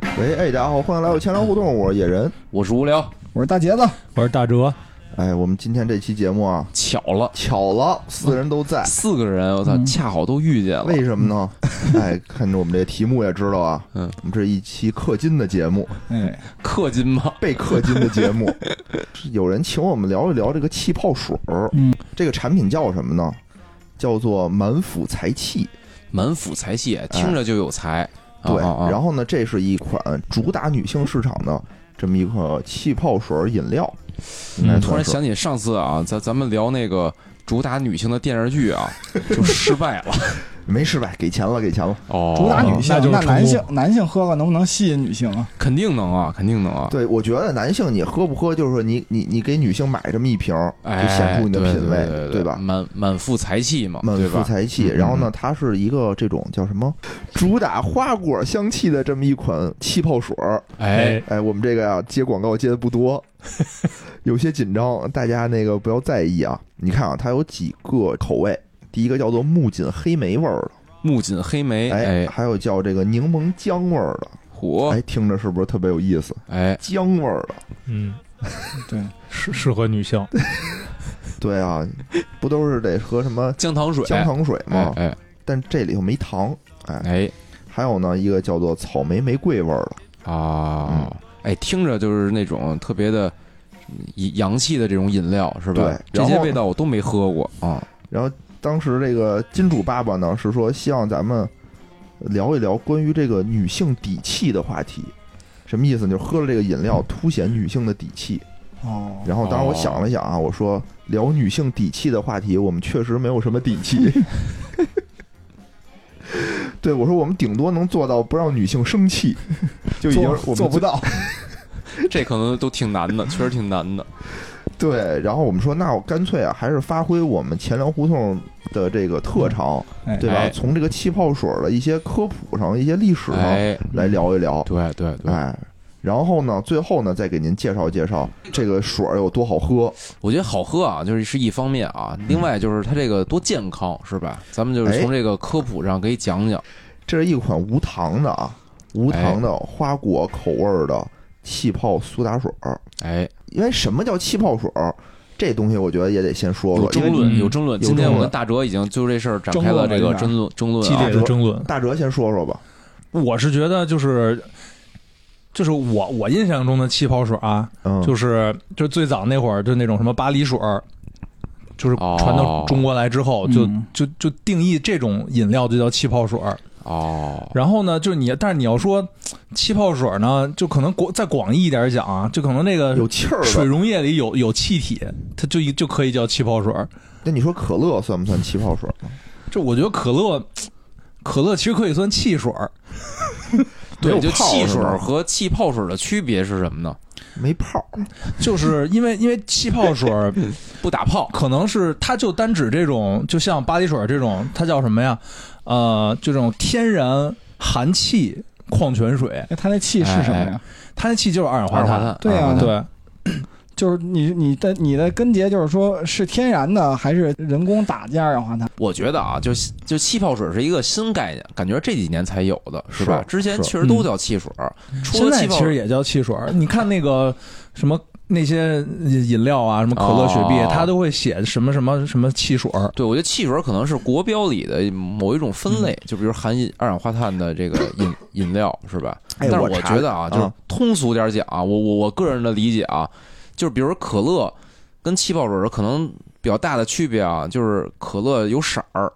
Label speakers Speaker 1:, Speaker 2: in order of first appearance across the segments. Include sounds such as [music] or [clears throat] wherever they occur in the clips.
Speaker 1: 哎哎，大家好，欢迎来到千聊互动，我是野人。
Speaker 2: 我是无聊，
Speaker 3: 我是大杰子，
Speaker 4: 我是大哲，
Speaker 1: 哎，我们今天这期节目啊，
Speaker 2: 巧了，
Speaker 1: 巧了，四人都在，
Speaker 2: 四个人，我操，恰好都遇见
Speaker 1: 哎
Speaker 2: 了。
Speaker 1: 嗯为什么呢？哎，看着我们这题目也知道啊，
Speaker 2: 嗯，
Speaker 1: 我们这一期氪金的节目，
Speaker 3: 哎，
Speaker 2: 氪金吗？
Speaker 1: 被氪金的节
Speaker 2: [laughs]
Speaker 1: 目，是有人请我们聊一聊这个气泡水儿，
Speaker 3: 嗯，
Speaker 1: 这个产品叫什么呢？叫做满腹财气，
Speaker 2: 满腹才气，听着就有才。
Speaker 1: 哎对。
Speaker 2: 啊啊啊
Speaker 1: 然后呢，这是一款主打女性市场的这么一款气泡水儿饮料。应该
Speaker 4: 嗯
Speaker 1: 算
Speaker 2: 突然
Speaker 1: 是
Speaker 2: 想起上次啊，咱咱们聊那个主打女性的电视
Speaker 1: [laughs]
Speaker 2: 剧啊，就失败了。
Speaker 1: 没失败，给钱了，给钱了。
Speaker 2: 哦
Speaker 3: 主打女性，
Speaker 4: 那就是
Speaker 3: 那
Speaker 4: 成功
Speaker 3: 男性男性喝了能不能吸引女性啊？
Speaker 2: 肯定能啊，肯定能啊。
Speaker 1: 对，我觉得男性你喝不喝，就是说你你你给女性买这么一瓶儿，就
Speaker 2: 哎，
Speaker 1: 显出你的
Speaker 2: 对
Speaker 1: 品
Speaker 2: 对
Speaker 1: 味，
Speaker 2: 对
Speaker 1: 吧？
Speaker 2: 满满腹才气嘛，
Speaker 1: 满
Speaker 2: 对
Speaker 1: 腹
Speaker 2: 吧？
Speaker 1: 才气，
Speaker 2: 嗯
Speaker 1: 然后呢，它是一个这种叫什么，主打花果香气的这么一款气泡水儿。
Speaker 2: 哎，
Speaker 1: 哎，我们这个呀、接广告接的不
Speaker 2: [laughs]
Speaker 1: 多，有些紧张，大家那个不要在意啊。你看啊，它有几个口味，第一个叫做木槿黑莓味儿
Speaker 2: 木槿黑莓，
Speaker 1: 的，哎，
Speaker 2: 哎，哦
Speaker 1: 还有叫这个柠檬姜味儿的，
Speaker 2: 火，
Speaker 1: 哎，听着是不是特别有意思？
Speaker 2: 哎，
Speaker 1: 姜味儿的。
Speaker 4: [laughs] 嗯，
Speaker 3: 对，
Speaker 4: 适适合女性，
Speaker 1: 对啊，不都是得喝什么
Speaker 2: 姜糖水，
Speaker 1: 姜糖哦水
Speaker 2: 哎
Speaker 1: 嘛？
Speaker 2: 哎
Speaker 1: 但这里头没糖。哎，
Speaker 2: 哎
Speaker 1: 还有呢，一个叫做草莓玫瑰味儿的，
Speaker 2: 啊，哎，听着就是那种特别的嗯洋气的这种饮料是吧
Speaker 1: 对？
Speaker 2: 这
Speaker 1: 然
Speaker 2: 些
Speaker 1: 后
Speaker 2: 味道我都没喝过啊。
Speaker 1: 然后当时这个金主爸爸呢是说希望咱们聊一聊关于这个女性底气的话题，什么意思呢？就是喝了这个饮料凸显女性的底气。
Speaker 3: 哦，
Speaker 1: 然后当时我想了想啊，我说聊女性底气的话题，我们确实没有什么底气。 [laughs] 对，我说我们顶多能做到不让女性生气，就已经
Speaker 3: 做
Speaker 1: 我们
Speaker 3: 做不
Speaker 1: 最
Speaker 3: 到，
Speaker 2: 这可能都挺难的， [laughs] 确实挺难的。
Speaker 1: 对，然后我们说，那我干脆啊，还是发挥我们钱粮胡同的这个特长，
Speaker 3: 哎
Speaker 1: 对吧？
Speaker 2: 哎
Speaker 1: 从这个气泡水的一些科普上、一些历史上、
Speaker 2: 哎，
Speaker 1: 来聊一聊，
Speaker 2: 对对对，
Speaker 1: 哎。然后呢，最后呢，再给您介绍介绍这个水儿有多好喝。
Speaker 2: 我觉得好喝啊，就是是一方面啊，另外就是它这个多健康是吧？咱们就是从这个科普上可以讲讲。
Speaker 1: 这是一款无糖的啊，无糖的花果口味儿的气泡苏打水儿。
Speaker 2: 哎，
Speaker 1: 因为什么叫气泡水儿？这东西我觉得也得先说
Speaker 2: 有
Speaker 1: 说，因
Speaker 2: 争
Speaker 1: 为
Speaker 2: 论，
Speaker 4: 嗯
Speaker 2: 有争论。今天我跟大哲已经就这事儿展开了这个争论，争论
Speaker 4: 激烈
Speaker 2: 啊。
Speaker 4: 的争论。
Speaker 1: 大哲先说说吧。
Speaker 4: 我是觉得就是。就是我我印象中的气泡水啊，
Speaker 1: 嗯，
Speaker 4: 就是就最早那会儿就那种什么巴黎水儿，就是
Speaker 2: 哦
Speaker 4: 传到中国来之后，哦就
Speaker 3: 嗯
Speaker 4: 就就定义这种饮料就叫气泡水儿。
Speaker 2: 哦，
Speaker 4: 然后呢，就是你，但是你要说气泡水儿呢，就可能广再广义一点讲啊，就可能那个
Speaker 1: 有气儿
Speaker 4: 水
Speaker 1: 的。
Speaker 4: 溶液里有有气体，它就就可以叫气泡水儿。
Speaker 1: 那你说可乐算不算气泡水儿呢？
Speaker 4: 这我觉得可乐，可乐其实可以算汽水儿，
Speaker 1: 没
Speaker 2: 对，
Speaker 1: 有
Speaker 2: 就
Speaker 1: 泡
Speaker 2: 汽
Speaker 1: 是
Speaker 2: 水
Speaker 1: 吗
Speaker 2: 和气泡水的区别是什么呢？
Speaker 1: 没泡儿。
Speaker 4: 就是因为因为气泡水儿
Speaker 2: [laughs] 不打泡，
Speaker 4: 可能是它就单指这种，就像巴黎水儿这种，它叫什么呀？呃，这种天然含气矿泉水，
Speaker 3: 哎他那气是什么
Speaker 2: 哎
Speaker 3: 呀？
Speaker 4: 它那气就是二氧
Speaker 2: 二
Speaker 4: 化
Speaker 2: 氧化
Speaker 4: 碳。
Speaker 2: 碳，
Speaker 3: 对啊
Speaker 2: 二氧化碳
Speaker 4: 对，
Speaker 3: 就是你你的你的根结就是说是天然的还是人工打进二氧化碳？
Speaker 2: 我觉得啊，就就气泡水是一个新概念，感觉这几年才有的，是吧？
Speaker 1: 是
Speaker 2: 之前
Speaker 1: 是
Speaker 2: 确实都叫汽水，除
Speaker 4: 现
Speaker 2: 了
Speaker 4: 在
Speaker 2: 气泡
Speaker 4: 其实也叫汽水儿。你看那个什么那些饮料啊，什么可乐、雪碧
Speaker 2: 哦，
Speaker 4: 它都会写什么什么什么汽水儿。
Speaker 2: 对，我觉得汽水可能是国标里的某一种分类，就比如含二氧化碳的这个饮饮料，是吧？
Speaker 1: 哎
Speaker 2: 但是
Speaker 1: 我
Speaker 2: 我
Speaker 1: 查
Speaker 2: 觉得啊，就是
Speaker 1: 啊
Speaker 2: 通俗点讲啊，我我我个人的理解啊，就是比如可乐跟气泡水可能比较大的区别啊，就是可乐有色儿，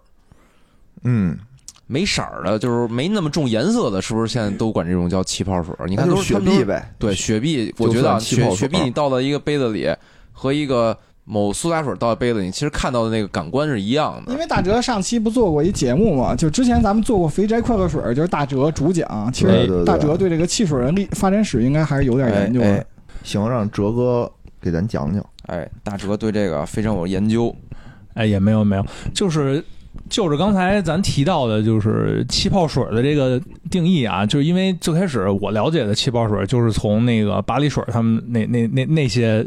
Speaker 1: 嗯，
Speaker 2: 没色儿的，就是没那么重颜色的，是不是现在都管这种叫气泡水？你看
Speaker 1: 那
Speaker 2: 都
Speaker 1: 就是是雪
Speaker 2: 他们都
Speaker 1: 碧
Speaker 2: 是
Speaker 1: 呗。
Speaker 2: 对，雪碧，
Speaker 1: 就
Speaker 2: 我觉得啊，
Speaker 1: 算气泡
Speaker 2: 雪
Speaker 1: 水
Speaker 2: 雪碧你倒到一个杯子里和一个某苏打水倒到杯子里，其实看到的那个感官是一样
Speaker 3: 因
Speaker 2: 的。
Speaker 3: 为大哲上期不做过一节目嘛，就之前咱们做过肥宅快乐水，就是大哲主讲。其
Speaker 1: 对对对
Speaker 3: 实大哲对这个汽水的历发展史应该还是有点研究
Speaker 2: 哎
Speaker 3: 的。
Speaker 1: 行，让哲哥给咱讲讲。
Speaker 2: 哎，大哲对这个非常有研究。
Speaker 4: 哎，也没有没有，就是就是刚才咱提到的，就是气泡水的这个定义啊，就是因为最开始我了解的气泡水就是从那个巴黎水他们那那那那些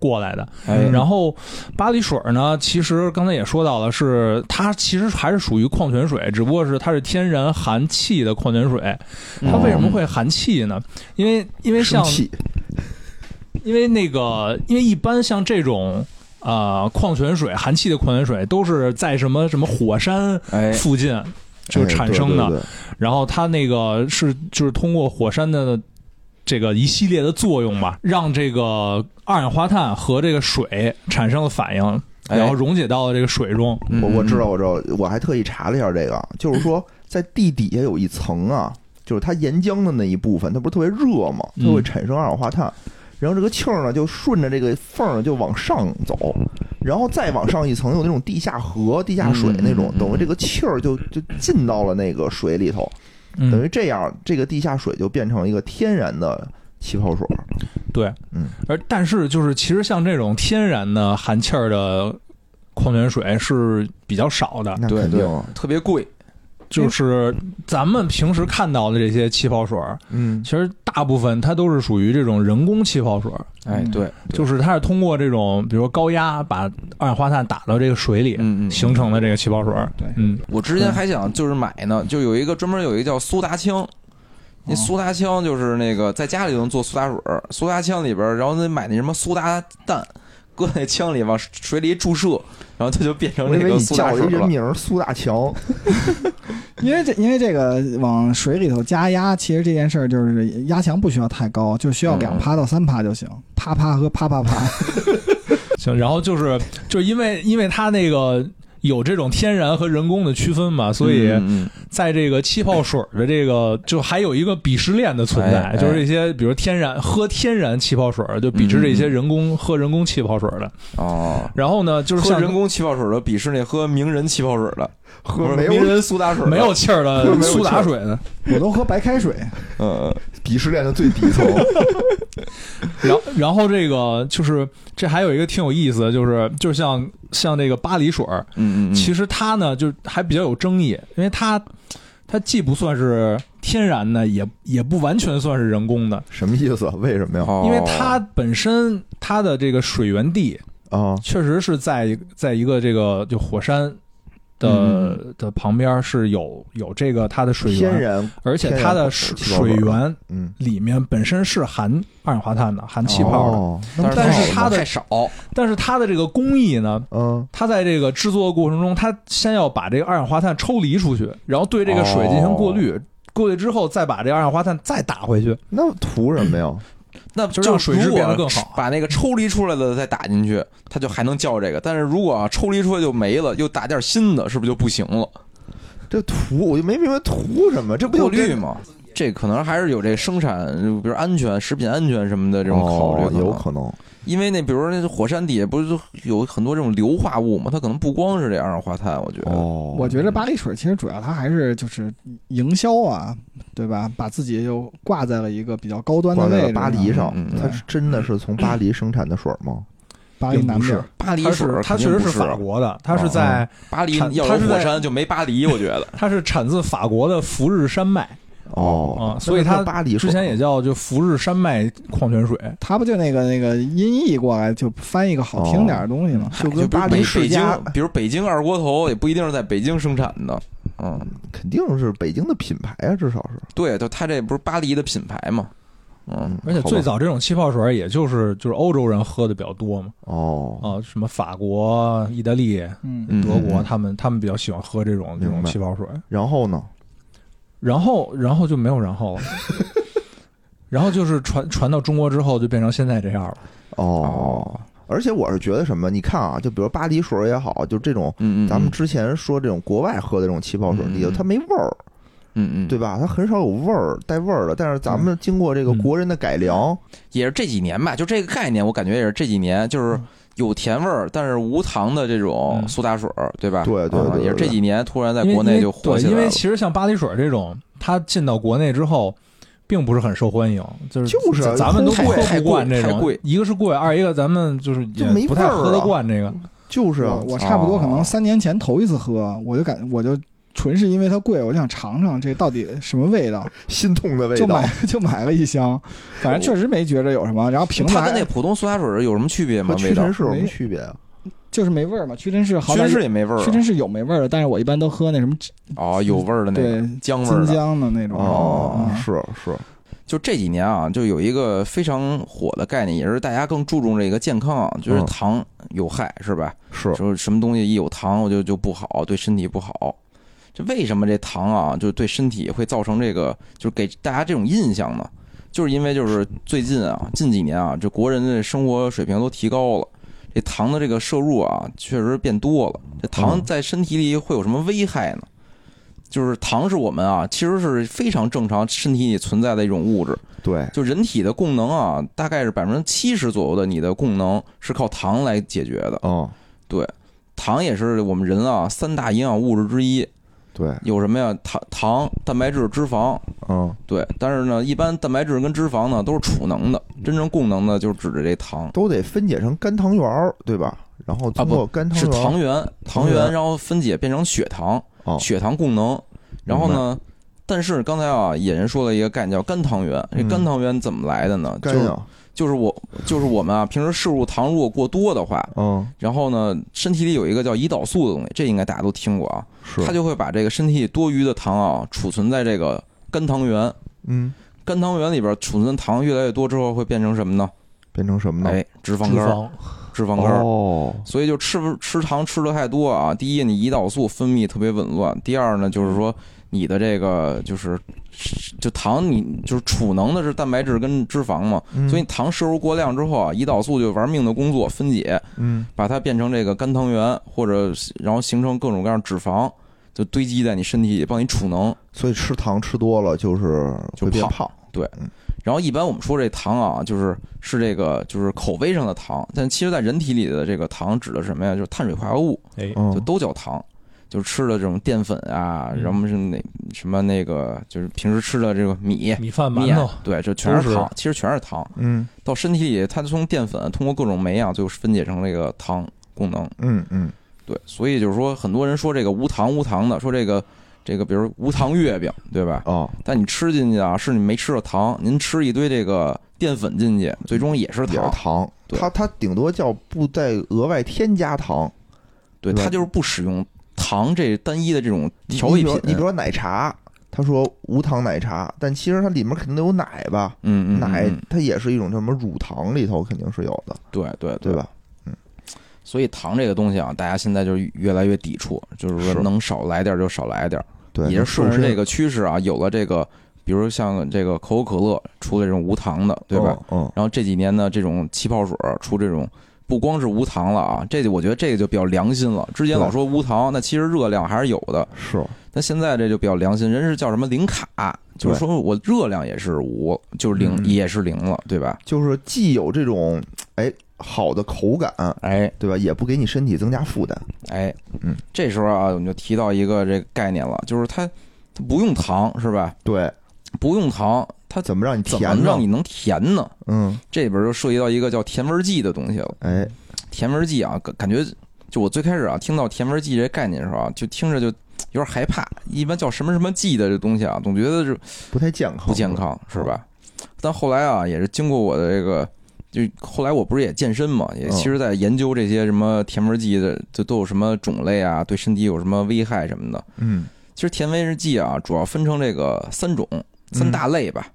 Speaker 4: 过来的。
Speaker 2: 哎
Speaker 4: 嗯
Speaker 1: 嗯
Speaker 4: 然后巴黎水呢，其实刚才也说到了是，它其实还是属于矿泉水，只不过是它是天然含气的矿泉水。它为什么会含气呢？因为因为
Speaker 1: 嗯生
Speaker 4: 像
Speaker 1: 气，
Speaker 4: 因为那个，因为一般像这种呃矿泉水含气的矿泉水，都是在什么什么火山
Speaker 2: 哎
Speaker 4: 附近就
Speaker 1: 哎
Speaker 4: 产
Speaker 1: 对
Speaker 4: 生
Speaker 1: 对
Speaker 4: 的，
Speaker 1: 对
Speaker 4: 然后它那个是就是通过火山的这个一系列的作用吧，让这个二氧化碳和这个水产生了反应，
Speaker 2: 哎
Speaker 4: 然后溶解到了这个水中。
Speaker 2: 嗯
Speaker 1: 我我知道，我知道，我还特意查了一下这个，就是说在地底下有一层啊，就是它岩浆的那一部分，它不是特别热吗？它会
Speaker 4: 嗯
Speaker 1: 产生二氧化碳，然后这个气儿呢就顺着这个缝儿就往上走，然后再往上一层有那种地下河、地下水那种
Speaker 2: 嗯嗯嗯，嗯
Speaker 1: 等于这个气儿就就进到了那个水里头，
Speaker 4: 嗯
Speaker 1: 等于这样，这个地下水就变成一个天然的气泡水。
Speaker 2: 啊
Speaker 4: 对，
Speaker 1: 嗯，
Speaker 4: 而但是就是其实像这种天然的含气儿的矿泉水是比较少的，
Speaker 1: 那
Speaker 2: 对
Speaker 1: 肯定
Speaker 2: 对
Speaker 1: 啊，
Speaker 2: 嗯特别贵，嗯
Speaker 4: 就是咱们平时看到的这些气泡水儿，
Speaker 1: 嗯
Speaker 4: 其实大部分它都是属于这种人工气泡水儿，
Speaker 1: 嗯
Speaker 2: 哎，对，
Speaker 4: 就是它是通过这种比如说高压把二氧化碳打到这个水里
Speaker 2: 嗯嗯，
Speaker 4: 形成的这个气泡水儿。
Speaker 1: 哎
Speaker 3: 对
Speaker 4: 嗯，
Speaker 2: 我之前还想就是买呢，就有一个专门有一个叫苏打枪，
Speaker 1: 哦
Speaker 2: 那苏打枪就是那个在家里能做苏打水儿，苏打枪里边儿，然后那买那什么苏打蛋，搁那枪里往水里一注射，然后它就变成
Speaker 1: 我以
Speaker 2: 那
Speaker 1: 为
Speaker 2: 个
Speaker 1: 你
Speaker 2: 苏打
Speaker 1: 叫
Speaker 2: 水
Speaker 1: 一人
Speaker 2: 了。嗯
Speaker 1: 名儿苏大强，
Speaker 3: [laughs] 因为这因为这个往水里头加压，其实这件事儿就是压强不需要太高，就需要
Speaker 2: 嗯
Speaker 3: 两趴到三趴就行，啪啪和啪
Speaker 1: [laughs]
Speaker 3: 啪啪。
Speaker 4: 行，然后就是就是因为因为它那个有这种天然和人工的区分嘛，所以。
Speaker 2: 嗯嗯
Speaker 4: 在这个气泡水的这个，就还有一个鄙视链的存
Speaker 2: 哎
Speaker 4: 在，
Speaker 2: 哎
Speaker 4: 就是这些，比如天然喝天然气泡水，就鄙视这
Speaker 2: 嗯
Speaker 4: 些人工喝人工气泡水的。
Speaker 2: 哦，
Speaker 4: 然后呢，就是
Speaker 2: 喝
Speaker 4: 像
Speaker 2: 人工气泡水的鄙视那喝名人气泡水 [laughs] 的，
Speaker 1: 喝
Speaker 2: 不是
Speaker 1: 没有
Speaker 2: 名人苏打水的
Speaker 4: [laughs] 没有，气儿的
Speaker 1: [laughs] 没有气儿
Speaker 4: 苏打水的。
Speaker 3: 我都喝白开水，
Speaker 2: 嗯，
Speaker 1: 鄙视链的最底
Speaker 2: [laughs]
Speaker 1: 层。
Speaker 4: 然 [laughs] 后然后这个就是这还有一个挺有意思的，就是就是像像这个巴黎水，
Speaker 2: 嗯嗯嗯，
Speaker 4: 其实它呢就还比较有争议，因为它它既不算是天然的，也也不完全算是人工的，
Speaker 1: 什么意思？为什么呀？
Speaker 2: 哦
Speaker 4: 因为它本身它的这个水源地
Speaker 1: 啊，
Speaker 4: 确实是在一个在一个这个就火山的、
Speaker 2: 嗯
Speaker 4: 的旁边是有有这个它的水
Speaker 1: 天
Speaker 4: 源，
Speaker 1: 然，
Speaker 4: 而且它的水
Speaker 1: 天然
Speaker 4: 水源
Speaker 1: 嗯，
Speaker 4: 里面本身是含二氧化碳的，含气泡的，
Speaker 1: 哦，那
Speaker 2: 但
Speaker 1: 么太
Speaker 2: 是
Speaker 4: 但
Speaker 1: 好
Speaker 4: 是
Speaker 1: 了
Speaker 4: 它的
Speaker 2: 太少，
Speaker 4: 但是它的这个工艺呢。
Speaker 1: 嗯，
Speaker 4: 它在这个制作的过程中，它先要把这个二氧化碳抽离出去，然后对这个水进行过滤，过滤之后再把这个二氧化碳再打回去。
Speaker 1: 那图什么呀？
Speaker 2: 那
Speaker 4: 就是让水质变得更好
Speaker 2: 如果把那个抽离出来的再打进去，它就还能叫这个。但是如果啊抽离出来就没了，又打点新的，是不是就不行了？
Speaker 1: 这图我就没明白图什么，这不
Speaker 2: 过
Speaker 1: 就
Speaker 2: 滤
Speaker 1: 跟？
Speaker 2: 嘛，这可能还是有这生产，比如安全、食品安全什么的这种考虑
Speaker 1: 哦
Speaker 2: 可，能。啊
Speaker 1: 有可能。
Speaker 2: 因为那比如说那火山底下不是有很多这种硫化物嘛，它可能不光是这二氧化碳，我觉得。
Speaker 1: 哦，
Speaker 3: 我觉得巴黎水其实主要它还是就是营销啊，对吧？把自己又挂在了一个比较高端的
Speaker 1: 挂在
Speaker 3: 位置
Speaker 1: 了
Speaker 3: 呢。
Speaker 1: 巴黎上
Speaker 2: 嗯嗯，
Speaker 1: 它
Speaker 3: 对
Speaker 1: 是真的是从巴黎生产的水吗？
Speaker 3: 巴黎南
Speaker 4: 并
Speaker 3: 边
Speaker 4: 不，
Speaker 2: 巴黎
Speaker 4: 它
Speaker 2: 水
Speaker 4: 是它
Speaker 2: 肯
Speaker 4: 确
Speaker 2: 定
Speaker 4: 实
Speaker 2: 不
Speaker 4: 是
Speaker 2: 是
Speaker 4: 法国的，它是
Speaker 2: 哦
Speaker 4: 在
Speaker 2: 巴黎
Speaker 4: 它
Speaker 2: 要
Speaker 4: 它
Speaker 2: 有
Speaker 4: 是在
Speaker 2: 火山就没巴黎，我觉得。
Speaker 4: 它是产自法国的福日山脉
Speaker 1: 哦
Speaker 4: 啊，，所以
Speaker 1: 那
Speaker 4: 它
Speaker 1: 叫巴黎水
Speaker 4: 之前也叫就福日山脉矿泉水。
Speaker 3: 它不就那个那个音译过来就翻译个好听点儿的东西吗？
Speaker 1: 哦就
Speaker 2: 就
Speaker 1: 跟
Speaker 2: 比如
Speaker 1: 巴
Speaker 2: 北
Speaker 1: 黎世
Speaker 2: 北
Speaker 1: 家
Speaker 2: 京，比如北京二锅头也不一定是在北京生产的，嗯，
Speaker 1: 肯定是北京的品牌啊，至少是
Speaker 2: 对，就它这不是巴黎的品牌嘛，嗯，
Speaker 4: 而且最
Speaker 1: 好吧
Speaker 4: 早这种气泡水，也就是就是欧洲人喝的比较多嘛，
Speaker 1: 哦，
Speaker 4: 啊，什么法国、意大利、
Speaker 3: 嗯
Speaker 2: 嗯
Speaker 4: 德国，
Speaker 2: 嗯
Speaker 4: 他们他们比较喜欢喝这种这种
Speaker 1: 明白
Speaker 4: 气泡水。
Speaker 1: 然后呢？
Speaker 4: 然后，然后就没有然后了。
Speaker 2: [laughs]
Speaker 4: 然后就是传传到中国之后，就变成现在这样了。
Speaker 1: 哦，而且我是觉得什么？你看啊，就比如巴黎水也好，就这种
Speaker 2: 嗯嗯，
Speaker 1: 咱们之前说这种国外喝的这种气泡水
Speaker 2: 嗯嗯
Speaker 1: 里头，它没味儿，
Speaker 2: 嗯嗯
Speaker 1: 对，吧？它很少有味儿，带味儿的。但是咱们经过这个
Speaker 4: 嗯
Speaker 1: 国人的改良，
Speaker 2: 也是这几年吧，就这个概念，我感觉也是这几年，就是有甜味儿，但是无糖的这种
Speaker 4: 嗯
Speaker 2: 苏打水儿，对吧？
Speaker 1: 对对
Speaker 2: 啊
Speaker 1: 对对
Speaker 2: 也是这几年突然在
Speaker 4: 因为
Speaker 2: 国内就火起
Speaker 4: 因为对，因
Speaker 2: 来
Speaker 4: 为
Speaker 2: 了。
Speaker 4: 其实像巴黎水这种，它进到国内之后，并不是很受欢迎，就是
Speaker 1: 就是啊
Speaker 4: 咱们都
Speaker 1: 太
Speaker 4: 喝
Speaker 2: 太
Speaker 4: 不惯
Speaker 2: 贵
Speaker 4: 这
Speaker 2: 太
Speaker 4: 种
Speaker 2: 贵，
Speaker 4: 一个是贵，二一个咱们就是
Speaker 1: 就
Speaker 4: 也
Speaker 1: 没
Speaker 4: 不太
Speaker 1: 味儿
Speaker 4: 喝得
Speaker 1: 啊
Speaker 2: 嗯
Speaker 4: 惯这个。
Speaker 1: 就是啊
Speaker 3: 我我差不多可
Speaker 2: 哦
Speaker 3: 能三年前头一次喝，我就感我就纯是因为它贵，我就想尝尝这到底什么味道，
Speaker 1: 心痛的味
Speaker 3: 就
Speaker 1: 道
Speaker 3: 买。就买了一箱，反正确实没觉着有什么。然后瓶子
Speaker 2: 它跟
Speaker 3: 还
Speaker 2: 那普通苏打水有什么区别
Speaker 1: 和
Speaker 2: 吗？
Speaker 1: 屈
Speaker 2: 味道
Speaker 1: 臣？氏有什么
Speaker 3: 没
Speaker 1: 区别啊？
Speaker 3: 就是没味儿嘛，屈臣氏好
Speaker 2: 屈
Speaker 3: 歹
Speaker 2: 臣氏也没味儿
Speaker 3: 屈
Speaker 2: 啊
Speaker 3: 臣氏有没味儿的，但是我一般都喝那什么
Speaker 2: 哦，有味儿的那个
Speaker 3: 对
Speaker 2: 姜味
Speaker 3: 金
Speaker 2: 儿的。
Speaker 3: 江的那种。
Speaker 1: 哦，
Speaker 3: 嗯
Speaker 1: 是是，
Speaker 2: 就这几年啊，就有一个非常火的概念，也是大家更注重这个健康啊，就是
Speaker 1: 嗯
Speaker 2: 糖有害，是吧？
Speaker 1: 是，
Speaker 2: 说什么东西一有糖，我就就不好，对身体不好。这为什么这糖啊，就是对身体会造成这个，就是给大家这种印象呢？就是因为就是最近啊，近几年啊，这国人的生活水平都提高了，这糖的这个摄入啊，确实变多了。这糖
Speaker 1: 嗯
Speaker 2: 在身体里会有什么危害呢？就是糖是我们啊，其实是非常正常身体里存在的一种物质。
Speaker 1: 对，
Speaker 2: 就人体的供能啊，大概是百分之七十左右的你的供能是靠糖来解决的。
Speaker 1: 嗯，
Speaker 2: 糖也是我们人啊三大营养物质之一，
Speaker 1: 对，
Speaker 2: 有什么呀？糖、糖、蛋白质、脂肪。
Speaker 1: 嗯，
Speaker 2: 对，但是呢，一般蛋白质跟脂肪呢都是储能的，真正供能的就是指着这糖，
Speaker 1: 都得分解成甘糖原儿，对吧？然后通
Speaker 2: 啊不
Speaker 1: 过甘
Speaker 2: 是
Speaker 1: 糖原儿，
Speaker 2: 糖原，
Speaker 1: 糖
Speaker 2: 糖原，
Speaker 1: 原
Speaker 2: 然后分解变成血糖，
Speaker 1: 哦
Speaker 2: 血糖供能。然后
Speaker 1: 明
Speaker 2: 呢，但是刚才啊，野人说了一个概念叫甘糖原，这
Speaker 1: 嗯
Speaker 2: 甘糖原怎么来的呢？就
Speaker 1: 甘
Speaker 2: 是
Speaker 1: 呀，
Speaker 2: 就是我就是我们啊，平时摄入糖如果过多的话，
Speaker 1: 嗯，
Speaker 2: 然后呢，身体里有一个叫胰岛素的东西，这应该大家都听过啊。
Speaker 1: 是，
Speaker 2: 它就会把这个身体多余的糖啊储存在这个肝糖原，
Speaker 1: 嗯，
Speaker 2: 肝糖原里边储存糖越来越多之后会变成什么呢？
Speaker 1: 变成什么呢？
Speaker 2: 哎，脂肪
Speaker 4: 脂
Speaker 2: 肝儿，
Speaker 4: 肪
Speaker 2: 脂肪肝儿。
Speaker 1: 哦，
Speaker 2: 所以就吃不吃糖吃的太多啊，第一你胰岛素分泌特别紊乱，第二呢就是说你的这个就是就糖你就是储能的是蛋白质跟脂肪嘛，
Speaker 1: 嗯
Speaker 2: 所以糖摄入过量之后啊，胰岛素就玩命的工作分解，
Speaker 1: 嗯，
Speaker 2: 把它变成这个肝糖原或者然后形成各种各样的脂肪，就堆积在你身体里帮你储能。
Speaker 1: 所以吃糖吃多了就是
Speaker 2: 就
Speaker 1: 会变
Speaker 2: 胖
Speaker 1: 胖，
Speaker 2: 然后一般我们说这糖啊，就是是这个就是口味上的糖，但其实在人体里的这个糖指的是什么呀？就是碳水化合物，
Speaker 4: 哎，
Speaker 2: 就
Speaker 1: 嗯，
Speaker 2: 都叫糖。就是吃的这种淀粉啊，
Speaker 4: 嗯
Speaker 2: 然后是那什么那个，就是平时吃的这个米、
Speaker 4: 米饭馒
Speaker 2: 嗯面
Speaker 4: 头，，
Speaker 2: 对，这全
Speaker 4: 都
Speaker 2: 是
Speaker 4: 是
Speaker 2: 糖，其实全是糖。
Speaker 1: 嗯
Speaker 2: 到身体里，它从淀粉通过各种酶啊，最后分解成这个糖功能。
Speaker 1: 嗯嗯，
Speaker 2: 对，所以就是说，很多人说这个无糖无糖的，说这个这个，比如无糖月饼，对吧？
Speaker 1: 哦，
Speaker 2: 但你吃进去啊，是你没吃到糖，您吃一堆这个淀粉进去，最终也是
Speaker 1: 也
Speaker 2: 糖
Speaker 1: 是。糖，
Speaker 2: 对
Speaker 1: 它它顶多叫不再额外添加糖
Speaker 2: 对，
Speaker 1: 对吧
Speaker 2: 它就是不使用糖这单一的这种
Speaker 1: 你
Speaker 2: 调味
Speaker 1: 比如
Speaker 2: 品。
Speaker 1: 你比如说奶茶，他说无糖奶茶，但其实它里面肯定有奶吧，
Speaker 2: 嗯嗯，嗯
Speaker 1: 奶
Speaker 2: 嗯
Speaker 1: 它也是一种叫什么乳糖里头肯定是有的，
Speaker 2: 对对
Speaker 1: 对？吧？
Speaker 2: 所以糖这个东西啊，大家现在就是越来越抵触，就是
Speaker 1: 是
Speaker 2: 说能少来点儿就少来点儿，
Speaker 1: 对，
Speaker 2: 也是顺着这
Speaker 1: 个
Speaker 2: 个趋势啊，有了这个，比如像这个可口可乐出了这种无糖的，对吧？？
Speaker 1: 嗯，
Speaker 2: 然后这几年呢，这种气泡水儿出这种不光是无糖了啊，这我觉得这个就比较良心了。之前
Speaker 1: 对
Speaker 2: 老说无糖，那其实热量还是有的，
Speaker 1: 是
Speaker 2: 那现在这就比较良心，人是叫什么零卡，就是说我热量也是无，就是零、
Speaker 1: 嗯
Speaker 2: 也是零了，对吧？
Speaker 1: 就是既有这种哎好的口感，
Speaker 2: 哎
Speaker 1: 对吧？也不给你身体增加负担，
Speaker 2: 哎，
Speaker 1: 嗯，
Speaker 2: 这时候啊，我们就提到一个这个概念了，就是它它不用糖是吧？
Speaker 1: 对，
Speaker 2: 不用糖，它
Speaker 1: 怎么让你
Speaker 2: 怎么
Speaker 1: 甜呢
Speaker 2: 让？你能甜呢？
Speaker 1: 嗯，
Speaker 2: 这里边就涉及到一个叫甜味剂的东西了。
Speaker 1: 哎，
Speaker 2: 甜味剂啊，感感觉就我最开始啊听到甜味剂这概念的时候啊，就听着就有点害怕。一般叫什么什么剂的这东西啊，总觉得是
Speaker 1: 不太健康，
Speaker 2: 不健康，是吧？但后来啊，也是经过我的这个，就后来我不是也健身嘛，也
Speaker 1: 嗯
Speaker 2: 其实在研究这些什么甜味剂的，就都有什么种类啊，对身体有什么危害什么的。
Speaker 1: 嗯，
Speaker 2: 其实甜味剂啊，主要分成这个三种三大类吧。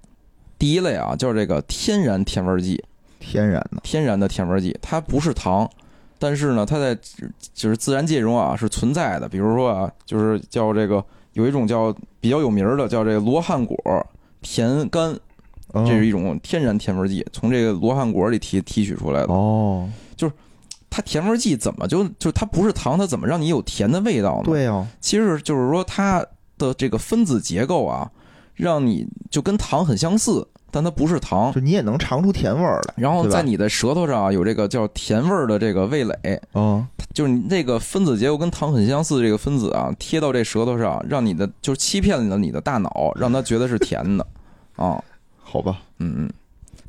Speaker 2: 第一类啊，叫这个天然甜味剂，
Speaker 1: 天然的，
Speaker 2: 天然的甜味剂，它不是糖，但是呢，它在自就是自然界中啊是存在的。比如说啊，就是叫这个有一种叫比较有名儿的叫这个罗汉果甜柑，
Speaker 1: 嗯
Speaker 2: 这是一种天然甜味剂，从这个罗汉果里提提取出来的。
Speaker 1: 哦，
Speaker 2: 它甜味剂怎么就就它不是糖，它怎么让你有甜的味道呢？，
Speaker 1: 对哦，
Speaker 2: 其实就是说它的这个分子结构啊，让你就跟糖很相似，但它不是糖。
Speaker 1: 就你也能尝出甜味儿来，
Speaker 2: 然后
Speaker 1: 对吧
Speaker 2: 在你的舌头上啊有这个叫甜味儿的这个味蕾，
Speaker 1: 嗯，
Speaker 2: 就是你那个分子结构跟糖很相似，这个分子啊贴到这舌头上，让你的就是欺骗了你的大脑，让它觉得是甜的， [laughs] 啊、
Speaker 1: 好吧，
Speaker 2: 嗯嗯。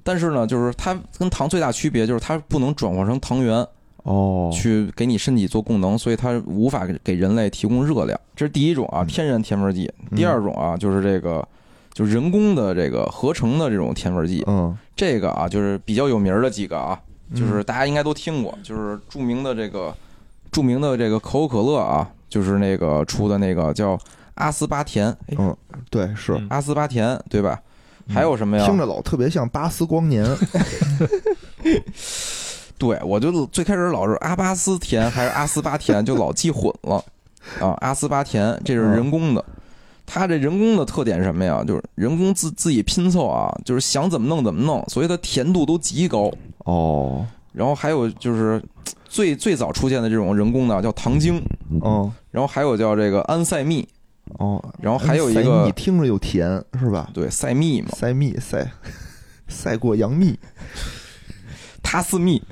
Speaker 2: 但是呢，就是它跟糖最大区别就是它不能转化成糖原，
Speaker 1: 哦，
Speaker 2: 去给你身体做供能，所以它无法给人类提供热量。这是第一种啊，
Speaker 1: 嗯
Speaker 2: 天然添味剂。
Speaker 1: 嗯
Speaker 2: 第二种啊，就是这个就人工的这个合成的这种添味剂。
Speaker 1: 嗯，
Speaker 2: 这个啊，就是比较有名儿的几个啊，就是大家应该都听过，就是著名的这个著名的这个可口可乐啊，就是那个出的那个叫阿斯巴甜，哎
Speaker 1: 嗯对是，
Speaker 4: 嗯
Speaker 2: 阿斯巴甜对吧？还有什么
Speaker 1: 嗯
Speaker 2: 呀？
Speaker 1: 听着老特别像巴斯光
Speaker 2: [laughs]
Speaker 1: 年，
Speaker 2: 对，我就最开始老是阿巴斯甜还是阿斯巴甜，就老记混了啊。阿斯巴甜这是
Speaker 1: 嗯
Speaker 2: 人工的，它这人工的特点是什么呀？就是人工自自己拼凑啊，就是想怎么弄怎么弄，所以它甜度都极高。
Speaker 1: 哦，
Speaker 2: 然后还有就是最最早出现的这种人工的叫糖精，
Speaker 1: 嗯
Speaker 2: 然后还有叫这个安赛蜜，
Speaker 1: 哦，
Speaker 2: 然后还有一
Speaker 1: 塞蜜
Speaker 2: 个嗯
Speaker 1: 听着又甜是吧？
Speaker 2: 对赛蜜嘛，
Speaker 1: 塞蜜塞 [laughs] 赛过杨幂，
Speaker 2: 他斯蜜，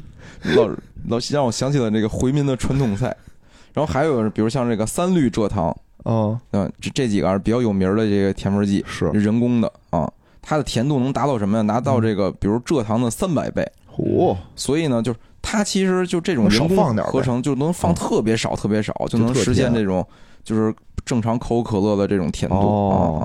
Speaker 2: 老老让我想起了这个回民的传统菜。然后还有比如像这个三氯蔗糖，
Speaker 1: 嗯
Speaker 2: 嗯，这这几个是比较有名儿的这个甜味剂，
Speaker 1: 是，
Speaker 2: 人工的啊，它的甜度能达到什么呀？达到这个比如蔗糖的三百倍。
Speaker 1: 嚯，
Speaker 2: 所以呢，就是它其实就这种
Speaker 1: 能少
Speaker 2: 人工
Speaker 1: 放点儿呗嗯
Speaker 2: 合成就能放特别少、特别少，就能
Speaker 1: 特
Speaker 2: 实现
Speaker 1: 甜
Speaker 2: 这种就是正常可口可乐的这种甜度、
Speaker 1: 哦
Speaker 2: 啊啊。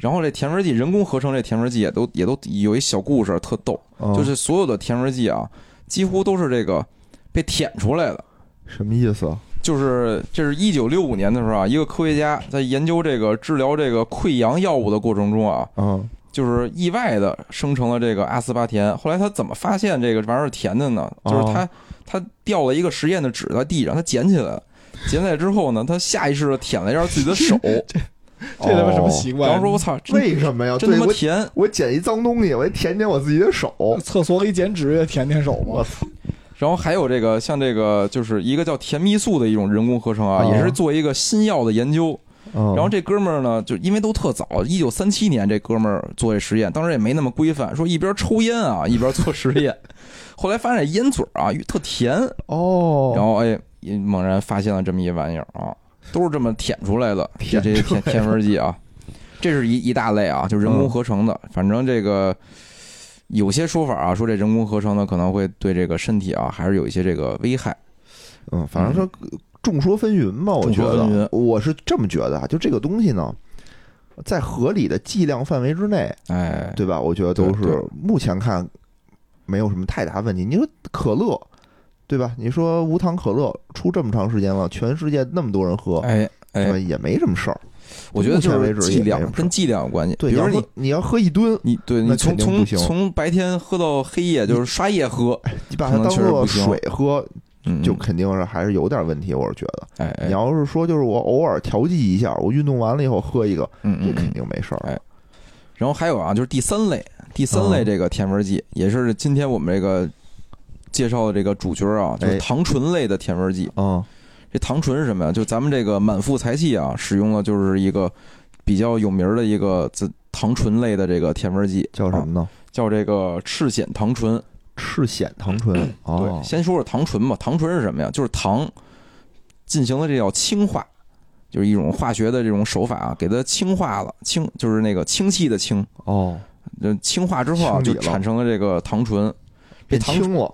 Speaker 2: 然后这甜味剂人工合成这甜味剂也都也都有一小故事，特逗，
Speaker 1: 嗯
Speaker 2: 就是所有的甜味剂啊，几乎都是这个被舔出来的。
Speaker 1: 什么意思啊？
Speaker 2: 就是这是一九六五年的时候啊，一个科学家在研究这个治疗这个溃疡药物的过程中啊，
Speaker 1: 嗯
Speaker 2: 就是意外的生成了这个阿斯巴甜。后来他怎么发现这个玩意儿甜的呢？就是他、
Speaker 1: 哦
Speaker 2: 他掉了一个实验的纸在地上，他捡起来了，捡起来之后呢，他下意识的舔了一下自己的
Speaker 1: [laughs]
Speaker 2: 手，
Speaker 3: 这他妈什么习惯？
Speaker 2: 然后说：“我操，真
Speaker 1: 哦为什么呀？
Speaker 2: 真
Speaker 1: 对
Speaker 2: 他妈
Speaker 1: 我
Speaker 2: 甜
Speaker 1: 我捡一脏东西，我还舔舔我自己的手，
Speaker 3: 厕所里剪纸也舔舔手
Speaker 1: 我
Speaker 3: 吗？
Speaker 1: 操！！”
Speaker 2: 然后还有这个像这个就是一个叫甜蜜素的一种人工合成啊，
Speaker 1: 哦
Speaker 2: 也是做一个新药的研究。
Speaker 1: 然
Speaker 2: 然后这哥们儿呢，就因为都特早，一九三七年这哥们儿做这实验，当时也没那么规范，说一边抽烟啊一边做实验。后来发现烟嘴儿啊特甜，
Speaker 1: 哦，
Speaker 2: 然后哎也猛然发现了这么一玩意儿啊，都是这么舔出来的，
Speaker 1: 舔
Speaker 2: 这些
Speaker 1: 出来
Speaker 2: 甜
Speaker 1: 的
Speaker 2: 甜味剂啊，这是一一大类啊，就人工
Speaker 1: 嗯
Speaker 2: 合成的。反正这个有些说法啊，说这人工合成的可能会对这个身体啊还是有一些这个危害。
Speaker 1: 嗯，反正说众说纷纭吧，我觉
Speaker 2: 众说纷
Speaker 1: 得
Speaker 2: 纭
Speaker 1: 我是这么觉得啊，就这个东西呢，在合理的剂量范围之内，
Speaker 2: 哎，
Speaker 1: 对吧？我觉得都
Speaker 2: 对
Speaker 1: 是
Speaker 2: 对
Speaker 1: 目前看没有什么太大问题。你说可乐，对吧？你说无糖可乐出这么长时间了，全世界那么多人喝，
Speaker 2: 哎
Speaker 1: 是吧
Speaker 2: 哎，
Speaker 1: 也没什么事儿。
Speaker 2: 我觉得就
Speaker 1: 目前为
Speaker 2: 是
Speaker 1: 止也
Speaker 2: 剂
Speaker 1: 没什
Speaker 2: 量
Speaker 1: 么事儿
Speaker 2: 跟剂量有关系。
Speaker 1: 对，
Speaker 2: 比如说
Speaker 1: 你要
Speaker 2: 你
Speaker 1: 喝你要喝一吨，
Speaker 2: 你对
Speaker 1: 那
Speaker 2: 你从
Speaker 1: 肯定不
Speaker 2: 从
Speaker 1: 行
Speaker 2: 从白天喝到黑夜，就是刷夜喝，
Speaker 1: 你把
Speaker 2: 可
Speaker 1: 它
Speaker 2: 能
Speaker 1: 当
Speaker 2: 确实
Speaker 1: 做
Speaker 2: 不行
Speaker 1: 水喝，
Speaker 2: 嗯，
Speaker 1: 就肯定是还是有点问题。我是觉得，
Speaker 2: 哎哎，
Speaker 1: 你要是说就是我偶尔调剂一下，我运动完了以后喝一个，
Speaker 2: 嗯
Speaker 1: 这
Speaker 2: 嗯
Speaker 1: 肯
Speaker 2: 嗯。
Speaker 1: 定没事儿。
Speaker 2: 哎然后还有啊，就是第三类，第三类
Speaker 1: 嗯
Speaker 2: 这个甜味剂，也是今天我们这个介绍的这个主角啊，就是
Speaker 1: 哎
Speaker 2: 糖醇类的甜味剂。
Speaker 1: 嗯，
Speaker 2: 这糖醇是什么呀？就咱们这个满腹才气啊，使用的就是一个比较有名儿的一个自糖醇类的这个甜味剂，
Speaker 1: 叫什么
Speaker 2: 啊？
Speaker 1: 呢？
Speaker 2: 叫这个赤藓糖醇。
Speaker 1: 赤藓糖醇。
Speaker 2: [clears throat] 对，
Speaker 1: 哦，
Speaker 2: 先说说糖醇吧。糖醇是什么呀？就是糖进行了这叫氢化，就是一种化学的这种手法啊，给它氢化了，氢就是那个氢气的氢，
Speaker 1: 哦，
Speaker 2: 就氢化之后啊，
Speaker 1: 清
Speaker 2: 就
Speaker 1: 理了
Speaker 2: 产生了这个糖醇。这
Speaker 1: 变
Speaker 2: 糖，
Speaker 1: 轻了，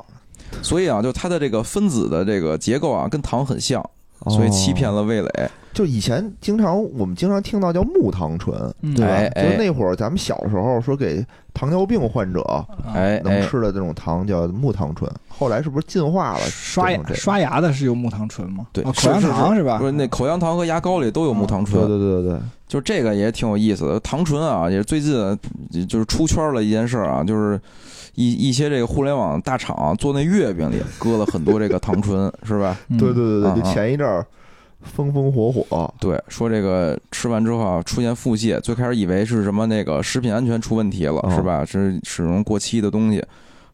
Speaker 2: 所以啊，就它的这个分子的这个结构啊，跟糖很像，
Speaker 1: 哦
Speaker 2: 所以欺骗
Speaker 1: 了。
Speaker 2: 了味蕾。
Speaker 1: 就以前经常我们经常听到叫木糖醇，
Speaker 3: 嗯
Speaker 1: 对吧？
Speaker 2: 哎哎
Speaker 1: 就那会儿咱们小时候说给糖尿病患者
Speaker 2: 哎
Speaker 1: 能
Speaker 2: 哎，
Speaker 1: 吃的这种糖叫木糖醇，后来是不是进化了？
Speaker 3: 刷
Speaker 1: 变
Speaker 3: 牙
Speaker 1: 成这个
Speaker 3: 刷牙的是用木糖醇吗？
Speaker 2: 对
Speaker 3: 啊
Speaker 2: 是
Speaker 3: 口香
Speaker 2: 是是
Speaker 3: 糖是吧？
Speaker 2: 不是那口香糖和牙膏里都有木糖醇，
Speaker 1: 嗯对对对对，
Speaker 2: 就这个也挺有意思的。糖醇啊，也是最近呃就是出圈了一件事儿啊，就是一一些这个互联网大厂啊做那月饼里搁了很多这个糖醇，是吧？
Speaker 3: 嗯
Speaker 1: 对对对
Speaker 2: 嗯
Speaker 1: 对，
Speaker 2: 嗯
Speaker 1: 就前一阵儿风风火火，
Speaker 2: 对，说这个吃完之后啊出现腹泻，最开始以为是什么那个食品安全出问题了，
Speaker 1: 哦
Speaker 2: 是吧？是使用过期的东西。